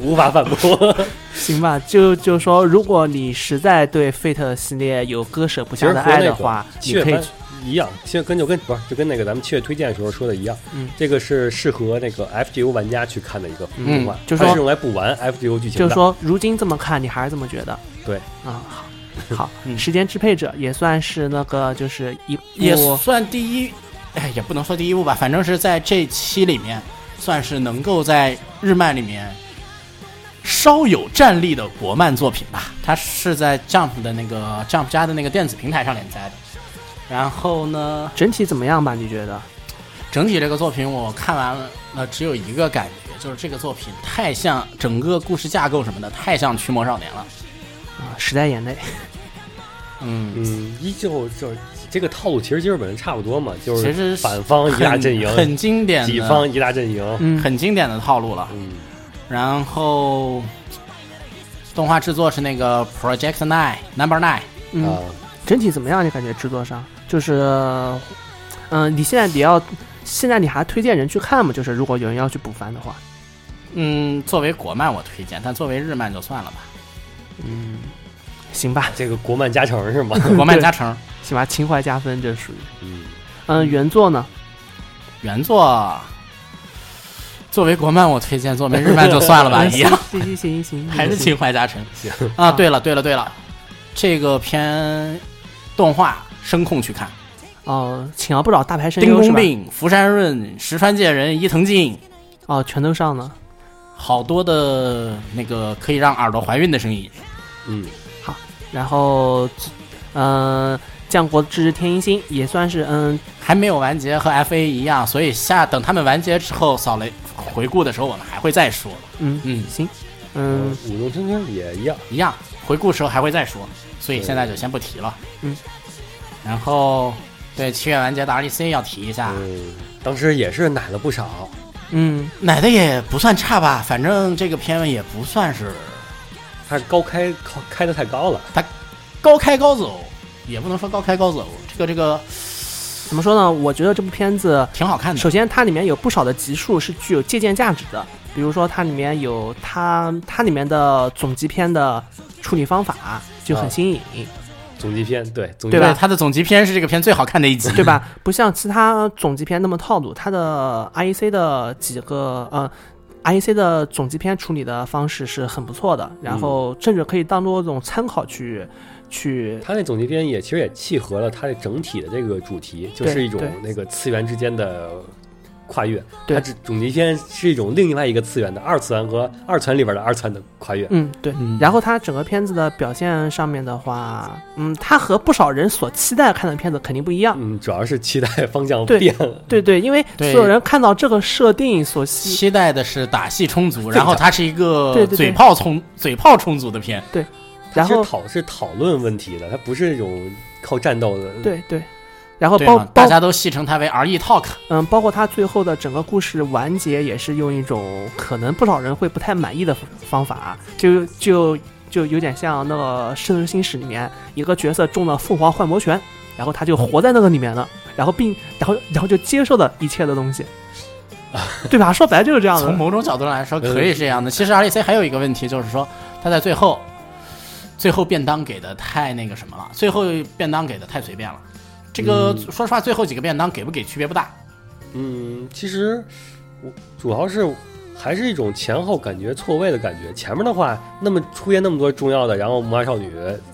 F: 无法反驳。
G: 行吧，就就说，如果你实在对 Fate 系列有割舍不
F: 其实
G: 下
F: 和
G: 的
F: 那
G: 爱
F: 个
G: 的话，
F: 七
G: 你
F: 月
G: 可以
F: 番一样，七月跟就跟不是就跟那个咱们七月推荐的时候说的一样，
G: 嗯
F: 这个是适合那个 F G O 玩家去看的一个
E: 嗯
F: 动画，
G: 就
F: 它
G: 说
F: 是用来补完 F G O 剧情的。
G: 就是说，如今这么看，你还是这么觉得？
F: 对，
G: 啊，
E: <laughs>
G: 好，好，
E: 嗯
G: 时间支配者也算是那个，就是一
E: 也
G: 部
E: 算第一，哎，也不能说第一部吧，反正是在这期里面，算是能够在日漫里面稍有战力的国漫作品吧。它是在 Jump 的那个 Jump 家的那个电子平台上连载的。然后呢，
G: 整体怎么样吧？你觉得？啊
E: 整体这个作品我看完了，呃，只有一个感觉，就是这个作品太像整个故事架构什么的，太像《驱魔少年》了。
G: 啊，时代眼泪， <laughs>
E: 嗯，
F: 嗯，依旧就是这个套路，其实基本上差不多嘛，就
E: 其实
F: 是反方一大阵
E: 很
F: 营，
E: 很经典的，
F: 己方一大阵营。
G: 嗯，
E: 很经典的套路了。
F: 嗯，
E: 然后动画制作是那个 Project Nine Number Nine，
G: 嗯
F: 啊，，
G: 整体怎么样？你感觉制作上就是，嗯、你现在你要，现在你还推荐人去看吗？就是如果有人要去补番的话，
E: 嗯，作为国漫我推荐，但作为日漫就算了吧。
G: 嗯，行吧，
F: 这个国漫加成是
G: 嗯
F: 吗？
E: 国漫加成，
G: 行吧，情怀加分这属于，
F: 嗯，
G: 嗯、原作呢？
E: 原作作为国漫我推荐，作为日漫就算了
G: 嗯
E: 吧，一样，
G: 行行行行，
E: 还是情怀加成
F: <laughs> 行，
E: 啊。对了对了对了，这个片动画声控去看，
G: 哦，请了不少大牌声
E: 丁
G: 优是
E: 公
G: 吧？
E: 病、福山润、石川界人、伊藤静，
G: 哦，全都上了。
E: 好多的那个可以让耳朵怀孕的声音。
F: 嗯，
G: 然后，嗯、降国之天一星也算是嗯
E: 还没有完结，和 F A 一样，所以下等他们完结之后扫雷回顾的时候，我们还会再说。
G: 嗯
E: 嗯，
G: 行嗯
F: 舞动青呃春也一样，
E: 一样，回顾时候还会再说，所以现在就先不提了。
G: 嗯，
E: 然后对七月完结的 R E C 要提一下，
G: 啊
F: 嗯，当时也是奶了不少，
G: 嗯
E: 奶的也不算差吧，反正这个片尾也不算是
F: 它高开高开的太高了，
E: 高开高走，也不能说高开高走，这个这个
G: 怎么说呢？我觉得这部片子
E: 挺好看的。
G: 首先，它里面有不少的集数是具有借鉴价值的，比如说它里面有它它里面的总集篇的处理方法就很新颖，
F: 总集篇对总集
E: 对
F: 篇
G: 吧
E: 它的总集篇是这个片最好看的一集，
G: 对？吧？不像其他总集篇那么套路，它的 IEC 的几个呃 IEC 的总集篇处理的方式是很不错的，
E: 嗯
G: 然后甚至可以当做一种参考去去
F: 它那总集篇也其实也契合了它的整体的这个主题，就
G: 对
F: 是一种
G: 对
F: 那个次元之间的跨越。
G: 对
F: 它这总集篇是一种另外一个次元的二次元和二次元里边的二次元的跨越。
G: 嗯，对。
E: 嗯
G: 然后它整个片子的表现上面的话，嗯，它和不少人所期待看的片子肯定不一样。
F: 嗯，主要是期待方向
G: 对
F: 变了。
G: 对对，因为所
E: 对
G: 有人看到这个设定所吸，
E: 期待的是打戏充足，然后它是一
G: 对
E: 个
G: 对对
E: 嘴炮充嘴炮充足的片。
G: 然
F: 它其实
G: 后
F: 讨是讨论问题的，它不是那种靠战斗的。，
G: 对对，然后
E: 对
G: 包
E: 吗？大
G: 包
E: 家都戏称它为 RE Talk，
G: 嗯，包括它最后的整个故事完结，也是用一种可能不少人会不太满意的方法，啊就就就有点像那个《圣斗士星矢》里面一个角色中了凤凰幻魔拳，然后他就活在那个里面了，然后并然后然后就接受了一切的
E: <laughs>
G: 东西，对吧？说白了就是
F: 啊
G: 这样
E: 从
G: 的。
E: 某种角度上来说可以是这样的。其实 REC 还有一个问题就是说，它在最后，最后便当给的太那个什么了，最后便当给的太随便了。这个、
F: 嗯
E: 说实话，最后几个便当给不给区别不大。
F: 嗯，其实我主要是还是一种前后感觉错位的感觉。前面的话，那么出现那么多重要的，然后魔法少女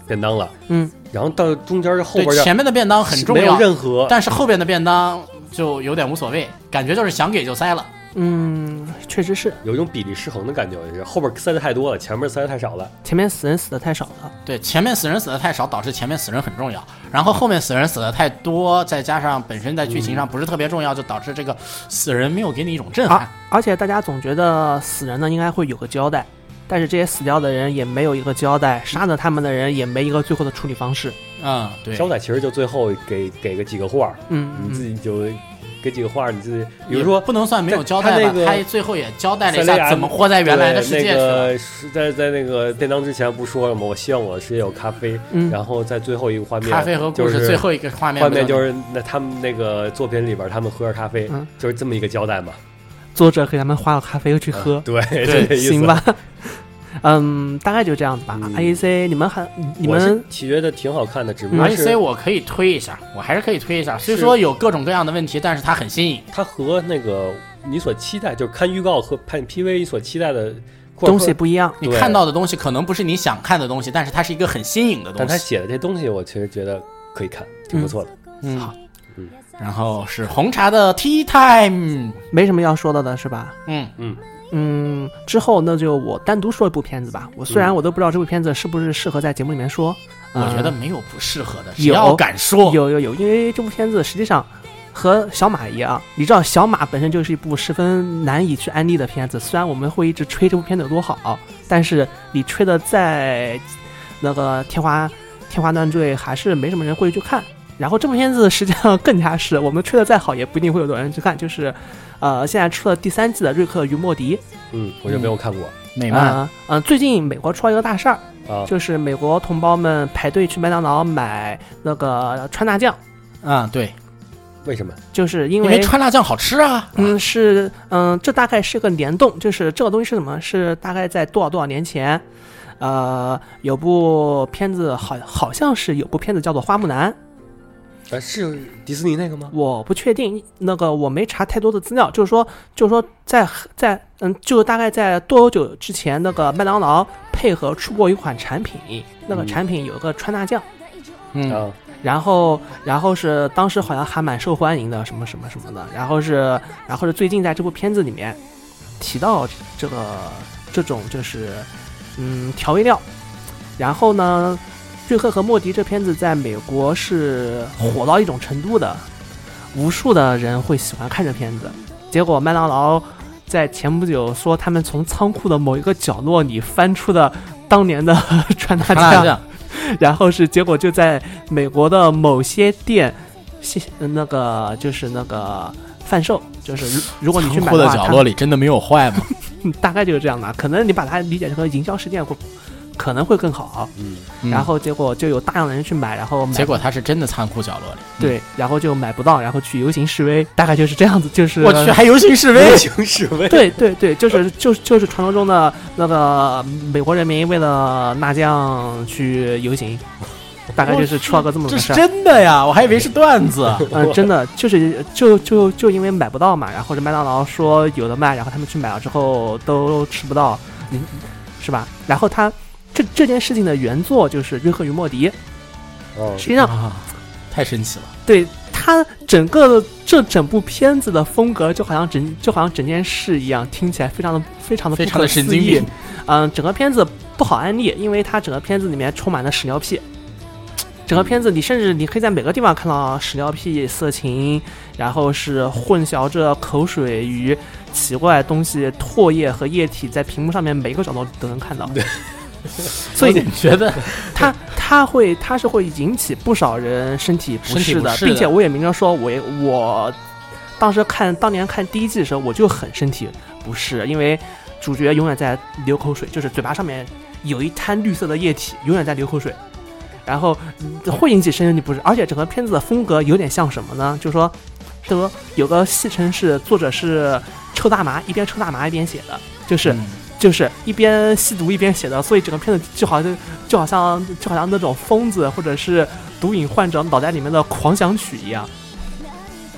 F: 便当了，
G: 嗯，
F: 然后到中间儿后
E: 对
F: 边儿，
E: 前面的便当很重
F: 没有
E: 要，
F: 任何
E: 但是后边的便当就有点无所谓，感觉就是想给就塞了。
G: 嗯，确实是
F: 有一种比例失衡的感觉，就是后边塞的太多了，前面塞的太少了。
G: 前面死人死的太少了。
E: 对，前面死人死的太少，导致前面死人很重要，然后后面死人死的太多，再加上本身在剧
F: 嗯
E: 情上不是特别重要，就导致这个死人没有给你一种震撼
G: 而。啊而且大家总觉得死人呢应该会有个交代，但是这些死掉的人也没有一个交代，杀了他们的人也没一个最后的处理方式。
E: 嗯，对，
F: 交代其实就最后给给个几个画儿，
G: 嗯
F: 你自
G: 嗯，
F: 己就给几个画儿，你自己比
E: 也
F: 如说
E: 不能算没有交
F: 他
E: 代吧，
F: 他那个
E: 他最后也交代了一
F: 塞雷
E: 下
F: 亚
E: 怎么活在原来的世界去
F: 对那
E: 了。
F: 个是在在那个便当之前不说了吗？我希望我的世界有咖啡，
G: 嗯
F: 然后在最后一个画面，
E: 咖啡和故
F: 就
E: 事
F: 是
E: 最后一个画面，
F: 画面就是那他们那个作品里边，他们喝着咖啡，
G: 嗯
F: 就是这么一个交代嘛。嗯
G: 作者给他们花了咖啡去喝，
F: 啊对，
E: 对
G: <laughs>
F: 就 <laughs> 这意思
G: 行。吧？嗯，大概就这样子吧。
F: 嗯
G: IEC，你们还你
F: 我是
G: 们
F: 觉得挺好看的，只不
G: 嗯
F: 过
E: I C
F: 是
E: 我可以推一下，我还是可以推一下。虽
F: 是
E: 说有各种各样的问题，但是它很新颖。
F: 它和那个你所期待，就是看预告和看 PV 你所期待的或者
G: 东西
F: 说
G: 不一样，
E: 你
F: 对
E: 看到的东西可能不是你想看的东西，但是它是一个很新颖的
F: 但
E: 东
F: 他
E: 西。
F: 写的这东西，我其实觉得可以看，挺不错的。
E: 嗯，
G: 好
F: 嗯
E: 然后是红茶的 Tea Time，
G: 没什么要说的了，是吧？
E: 嗯，
G: 嗯，之后那就我单独说一部片子吧。我虽
F: 嗯
G: 然我都不知道这部片子是不是适合在节目里面说，
E: 我
G: 嗯
E: 觉得没有不适合的，只
G: 有
E: 要敢说，
G: 有有有，因为这部片子实际上和小马一样，你知道小马本身就是一部十分难以去安利的片子。虽然我们会一直吹这部片子有多好，但是你吹的再那个天花天花乱坠，还是没什么人会去看。然后这部片子实际上更加是我们吹的再好，也不一定会有多少人去看。就是，呃，现在出了第三季的《瑞克与莫迪》
F: 嗯，我就没有看过
E: 美
G: 啊，
E: 漫
G: 嗯、最近美国出了一个大事儿，
F: 啊。
G: 就是美国同胞们排队去麦当劳买那个川辣酱，
E: 啊，对，
F: 为什么？
G: 就是因
E: 因
G: 为
E: 为川辣酱好吃啊。
G: 嗯，是，嗯，这大概是个联动，就是这个东西是什么？是大概在多少多少年前，呃，有部片子好，好像是有部片子叫做《花木兰》，
F: 啊，是迪士尼那个吗？
G: 我不确定，那个我没查太多的资料，就是说，就是说在在嗯，就是大概在多久之前，那个麦当劳配合出过一款产品，那个
F: 嗯
G: 产品有个川辣酱，
E: 嗯，
F: 啊，
G: 然后然后是当时好像还蛮受欢迎的，什么什么什么的，然后是然后是最近在这部片子里面提到这个这种就是嗯调味料，然后呢，瑞克和莫迪这片子在美国是火到一种程度的，无数的人会喜欢看这片子，结果麦当劳。在前不久说他们从仓库的某一个角落里翻出的当年的传达
E: 辣
G: 酱，
E: 酱，
G: 然后是结果就在美国的某些店，现那个就是那个贩售，就是如如果你去
E: 仓
G: 买
E: 库的
G: 话
E: 角
G: 它
E: 落里真的没有 <laughs> 坏吗？
G: 嗯大概就是这样的。可能你把它理解成个营销事件会可能会更好。
F: 嗯，
E: 嗯
G: 然后结果就有大量的人去买，然后买
E: 结果嗯他是真的仓库角落里，
G: 对，然后就买不到，然后去游行示威，大概就是这样子。就是
E: 我去，还啊游行示威
F: 微，型示威，
G: 对对对，就是就是就是传说中的那个美国人民为了辣酱去游行，大概就是出了个这么
E: 这
G: 个事
E: 是
G: 儿。
E: 真的呀，我还以为是
C: <laughs>
E: 段子。 <laughs>
G: 嗯，真的就是就就就因为买不到嘛，然后这麦当劳说有的卖，然后他们去买了之后都吃不到，嗯，是吧？然后他这这件事情的原作就是《瑞克与莫迪》，
F: 哦
G: 实际上
E: 啊，太神奇了！
G: 对他整个的这整部片子的风格就好像整就好像整件事一样，听起来非常的非常的
E: 非常的神经病。
G: 嗯，整个片子不好安利，因为它整个片子里面充满了屎尿屁。整个片子你甚至你可以在每个地方看到屎尿屁、色情，然后是混淆着口水与奇怪东西、唾液和液体，在屏幕上面每个角落都能看到。 <laughs> 所以
E: 你觉得
G: 它它会它是会引起不少人身体不
E: 身体
G: 适
E: 不
G: 的，
E: 适
G: 并且
E: 的
G: 我也明着说，我也我当时看当年看第一季的时候，我就很身体不适，因为主角永远在流口水，就是嘴巴上面有一滩绿色的液体，永远在流口水，然后嗯会引起身体不适，而且整个片子的风格有点像什么呢？就是说，这个有个戏称是作者是抽大麻，一边抽大麻一边写的，就是。
E: 嗯
G: 就是一边吸毒一边写的，所以整个片子就好像就好像就好像那种疯子或者是毒瘾患者脑袋里面的狂想曲一样。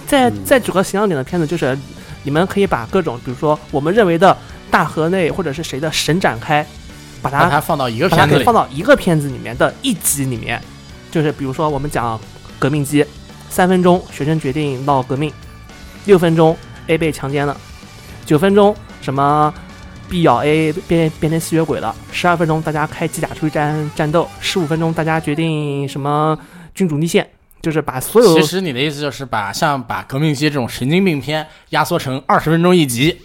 G: 再
F: 嗯
G: 再举个形象点的片子，就是你们可以把各种，比如说我们认为的大河内或者是谁的神展开，把它
E: 啊把它放到一个
G: 把它
E: 片子
G: 可以
E: 里
G: 放，到一个片子里面的一集里面，就是比如说我们讲革命机，三分钟学生决定闹革命，六分钟 A 被强奸了，九分钟什么 B 咬 A 变变成吸血鬼了，十二分钟大家开机甲出去战战斗，十五分钟大家决定什么君主立宪，就是把所有
E: 其实你的意思就是把像把革命机这种神经病片压缩成二十分钟一集，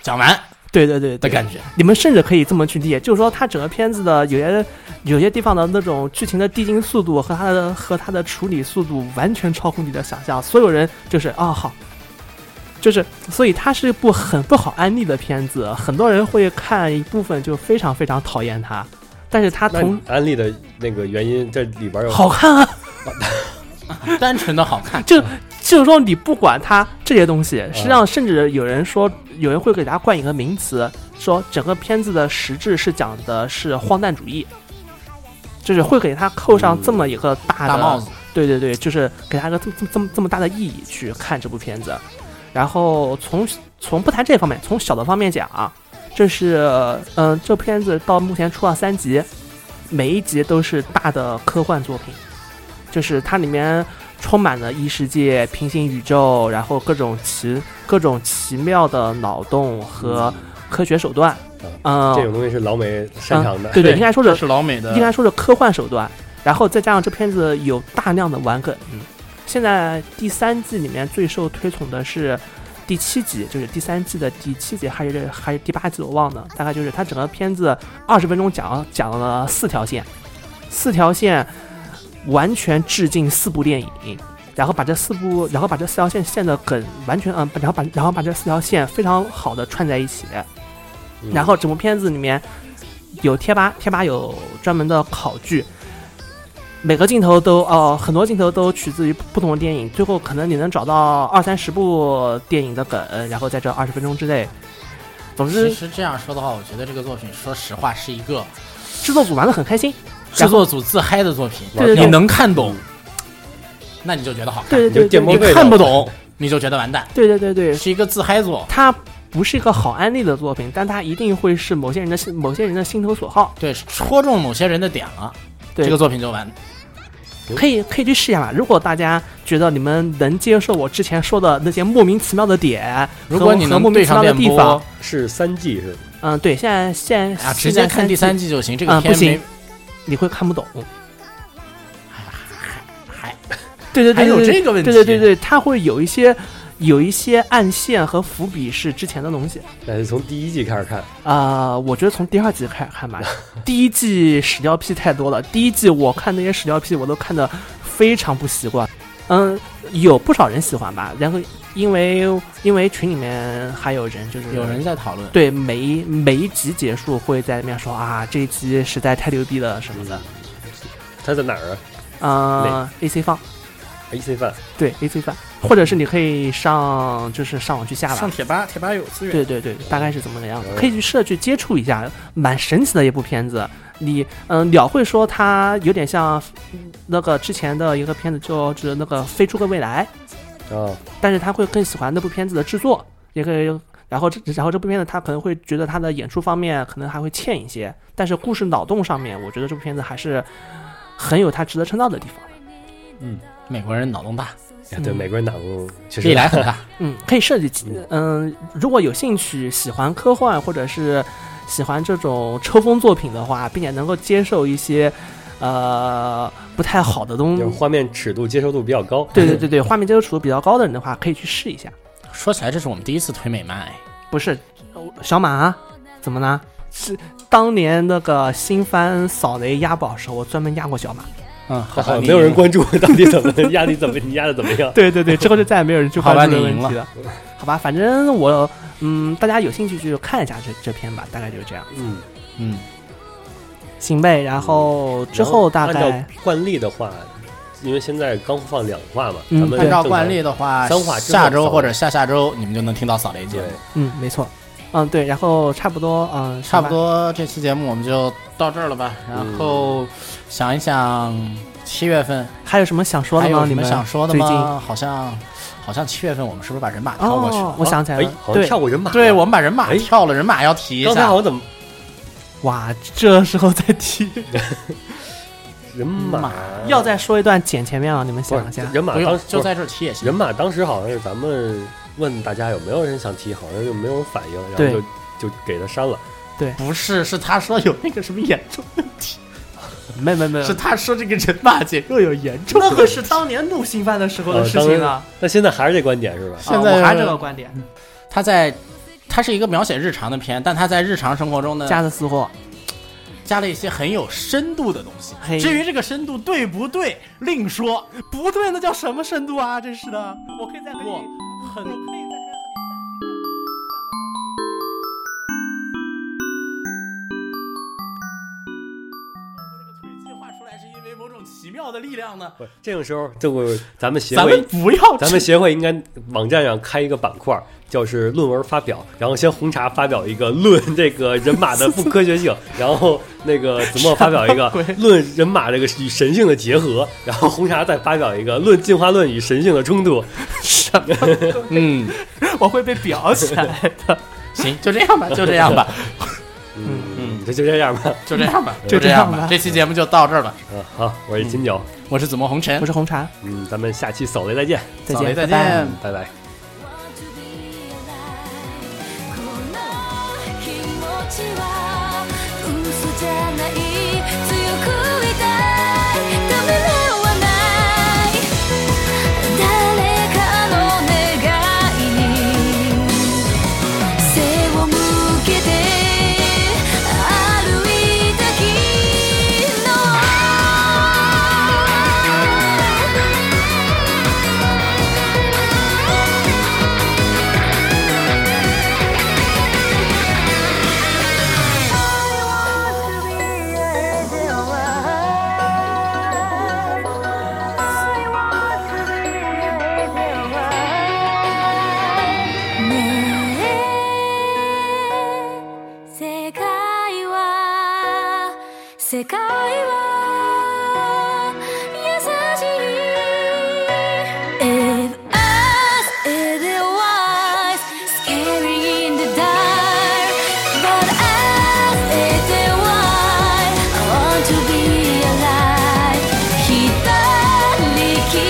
E: 讲完
G: 对对对
E: 的
G: 对
E: 感觉。
G: 你们甚至可以这么去理解，就是说它整个片子的有些有些地方的那种剧情的递进速度和它的和它的处理速度完全超乎你的想象。所有人就是啊、好，就是所以它是一部很不好安利的片子，很多人会看一部分就非常非常讨厌它，但是它
F: 那你
G: 同
F: 安利的那个原因，这里边有
G: 好看啊，
E: 单纯的好看，
G: <laughs> 就就是说你不管它这些东
E: 嗯
G: 西，实际上甚至有人说有人会给它冠一个名词，说整个片子的实质是讲的是荒诞主义，就是会给它扣上这么一个大
E: <laughs> 嗯
G: 的
E: 大帽子。
G: 对对对，就是给他一个这么这么这么这么大的意义去看这部片子。然后从从不谈这方面，从小的方面讲啊，这是嗯、呃这片子到目前出了三集，每一集都是大的科幻作品，就是它里面充满了异世界、平行宇宙，然后各种奇各种奇妙的脑洞和科学手段。嗯、
F: 这种东西是老美擅长的，
G: 对对，
E: 对
G: 应该说是
E: 这是老美的
G: 应该说是科幻手段，然后再加上这片子有大量的玩梗。嗯，现在第三季里面最受推崇的是第七集，就是第三季的第七集还是还是第八集我忘了，大概就是它整个片子二十分钟讲讲了四条线，四条线完全致敬四部电影。然后把这四部，然后把这四条线线的梗完全，嗯，然后把然后把这四条线非常好的串在一起，
F: 嗯
G: 然后整部片子里面有贴吧，贴吧有专门的考据，每个镜头都哦、很多镜头都取自于不同的电影，最后可能你能找到二三十部电影的梗，然后在这二十分钟之内，总
E: 其
G: 之
E: 实这样说的话，我觉得这个作品，说实话是一个
G: 制作组玩的很开心。
E: 制作组自嗨的作品。
G: 对对对
E: 你能看懂，那你就觉得好看；
G: 对对
F: 就
G: 对
F: 电
G: 对
F: 波
E: 你
F: 味道
E: 看不懂，你就觉得完蛋。
G: 对对对对，
E: 是一个自嗨作，
G: 它不是一个好安利的作品，但它一定会是某些人的心某些人的心头所好。
E: 对，戳中某些人的点了，
G: 对
E: 这个作品就完。
F: 行
G: 可以可以去试一下吧。如果大家觉得你们能接受我之前说的那些莫名其妙的点，
E: 如果你
G: 和和
E: 能
G: 莫名
E: 对
G: 其
E: 上
G: 妙的
E: 电
G: 地
E: 波
G: 方，
F: 是三 G 是吧
G: 嗯，对，现在现在
E: 啊，直接看第三
G: 季，
E: 季就行。这
G: 啊
E: 个
G: 不
E: 片
G: 行
E: 没
G: 你会看不懂。对对
E: 哎还
G: 对，
E: 有
G: 对对
E: 这个问
G: 对对对
E: 题
G: 对，它会有一些有一些暗线和伏笔是之前的东西。
F: 那就从第一季开始看，
G: 啊、我觉得从第二季开始看吧。 <laughs> 第一季屎尿屁太多了，第一季我看那些屎尿屁我都看得非常不习惯。嗯，有不少人喜欢吧，然后因为因为群里面还有人就是
E: 有人在讨论，
G: 对每一每一集结束会在那边说啊这一集实在太牛逼了什么的。
F: 它在哪儿啊
G: 嗯、a C 放
F: ？AC 饭
G: 对
E: <laughs>
G: A C 放，或者是你可以上就是上网去下吧。
E: 贴啊吧，贴吧有资源
G: 对对对，大概是怎么样？可以去社区接触一下，蛮神奇的一部片子。你嗯，鸟会说它有点像嗯那个之前的一个片子，就是那个《飞出个未来》，
F: 啊，
G: 但是他会更喜欢那部片子的制作，也可以。然后这然后这部片子他可能会觉得他的演出方面可能还会欠一些，但是故事脑洞上面，我觉得这部片子还是很有它值得称道的地方的。
E: 美国人脑洞大，
F: 哎对，美国人脑洞确实
E: 未来很大。
G: 嗯，可以设计几，嗯、如果有兴趣喜欢科幻或者是喜欢这种抽风作品的话，并且能够接受一些呃不太好的东
F: <laughs> 就
G: 西
F: 是，画面尺度接受度比较高。
G: 对对对对，画面接受尺度比较高的人的话，可以去试一下。
E: 说起来，这是我们第一次推美漫，哎
G: 不是，呃小马、怎么呢？是当年那个新番扫雷压宝的时候，我专门压过小马。
E: 嗯，
F: 还
E: 好
F: 好
E: 吧，
F: 没有人
E: 过。
F: 关注到底怎么 <laughs> 压力怎么你压的怎么样？
G: 对对对，之后就再也没有人去
E: 好吧
G: 关注这
E: 你
G: 个问
E: 赢
G: 题了。好吧，反正我嗯，大家有兴趣就看一下这这篇吧，大概就是这样。
F: 嗯，
E: 嗯，
G: 行呗，然后之后大
F: 然按
G: 概
F: 照惯例的话，因为现在刚放两话嘛，
G: 嗯
F: 咱们
E: 按照
F: 正常
E: 惯例的话，
F: 三话之后
E: 下周或者下下周你们就能听到扫雷节
F: 对
E: 目。，
G: 嗯，没错，嗯对，然后差不多嗯，
E: 差不多这期节目我们就到这儿了吧？然后想一想七月份
G: 还有什么想说
E: 还
G: 的
E: 有
G: 吗？
E: 什
G: 你
E: 么
G: 们
E: 想说的
G: 最近
E: 吗？好像好像七月份我们是不是把人马跳过去
G: 哦
E: 了，？
G: 我想起来
F: 哎
G: 了，，
F: 好像
G: 对
F: 跳，过人马了，
E: 对，我们把人马
F: 哎
E: 跳了，人马要提一
F: 刚才好
E: 下。
F: 像怎么
G: 哇，这时候再提，
F: 人马
G: 要再说一段剪前面啊，你们
F: 不
G: 想一
F: 是
G: 下，
F: 人
E: 嗯
F: 马
E: 不
F: 当
E: 用
F: 时，
E: 就在这儿提也行。
F: 人马当时好像是咱们问大家有没有人想提，好像就没有人反应，然
G: 对
F: 后就就给他删了。
E: 不是，是他说有那个什么严重，
G: 嗯没没没，
E: 是他说这个人马结构有严重。
G: 那可是当年录新番的时候的
F: 呃
G: 事
F: 当
G: 情
F: 然
G: 了。
F: 那现在还是这观点是吧？
E: 哦现
G: 啊、
E: 在嗯
G: 我还是这个观点，
E: 他在，他是一个描写日常的片，但他在日常生活中呢，
G: 加的私货，
E: 加了一些很有深度的东西
G: 嘿。
E: 至于这个深度对不对，另说。
G: 不对，那叫什么深度啊？真是的，我可以再给你
E: 我，很
G: 我可以再跟。
E: 画出来是因为某种奇妙的力量呢。
F: 不是这种时候，就我咱们协
E: 咱们
F: 会，
E: 不
F: <laughs>
E: 要
F: 咱们协会应该网站上开一个板块，就是论文发表，然后先红茶发表一个论这个人马的不科学性，然后那个子墨发表一 <laughs> 个论人马这个与神性的结合，然后红茶再发表一个论进化论与神性的冲突。
E: 嗯，
G: 我会被裱起来 <laughs> 的。
E: 行，就这样吧， <laughs> 就这样吧，
F: 嗯，就就这样吧。
E: 就这样吧，
G: 就
E: <laughs> 就
G: 这
E: 这
G: 样
E: 样
G: 吧
E: 吧。这期节目就到这儿吧。
F: 嗯，好，我是金九，
E: 我是紫陌红
G: 我
E: 尘，
G: 是红茶，
F: 嗯，咱们下期扫雷再见，
G: 再
E: 扫雷
G: 见，
E: 再
G: 拜拜
E: 见。
F: 拜拜。
D: Want to be alive この気持ちは嘘じゃない強くいたいためらわない誰かの願いに背を向けて歩いた昨日ねえ世界は世界は優しい If us it was scary in the dark But us it was I want to be alive 一人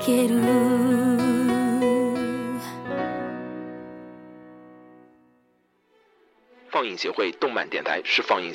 D: ける
H: 放映协会动漫电台是放映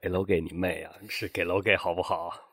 F: 哎给楼给你妹啊，是给楼给好不好？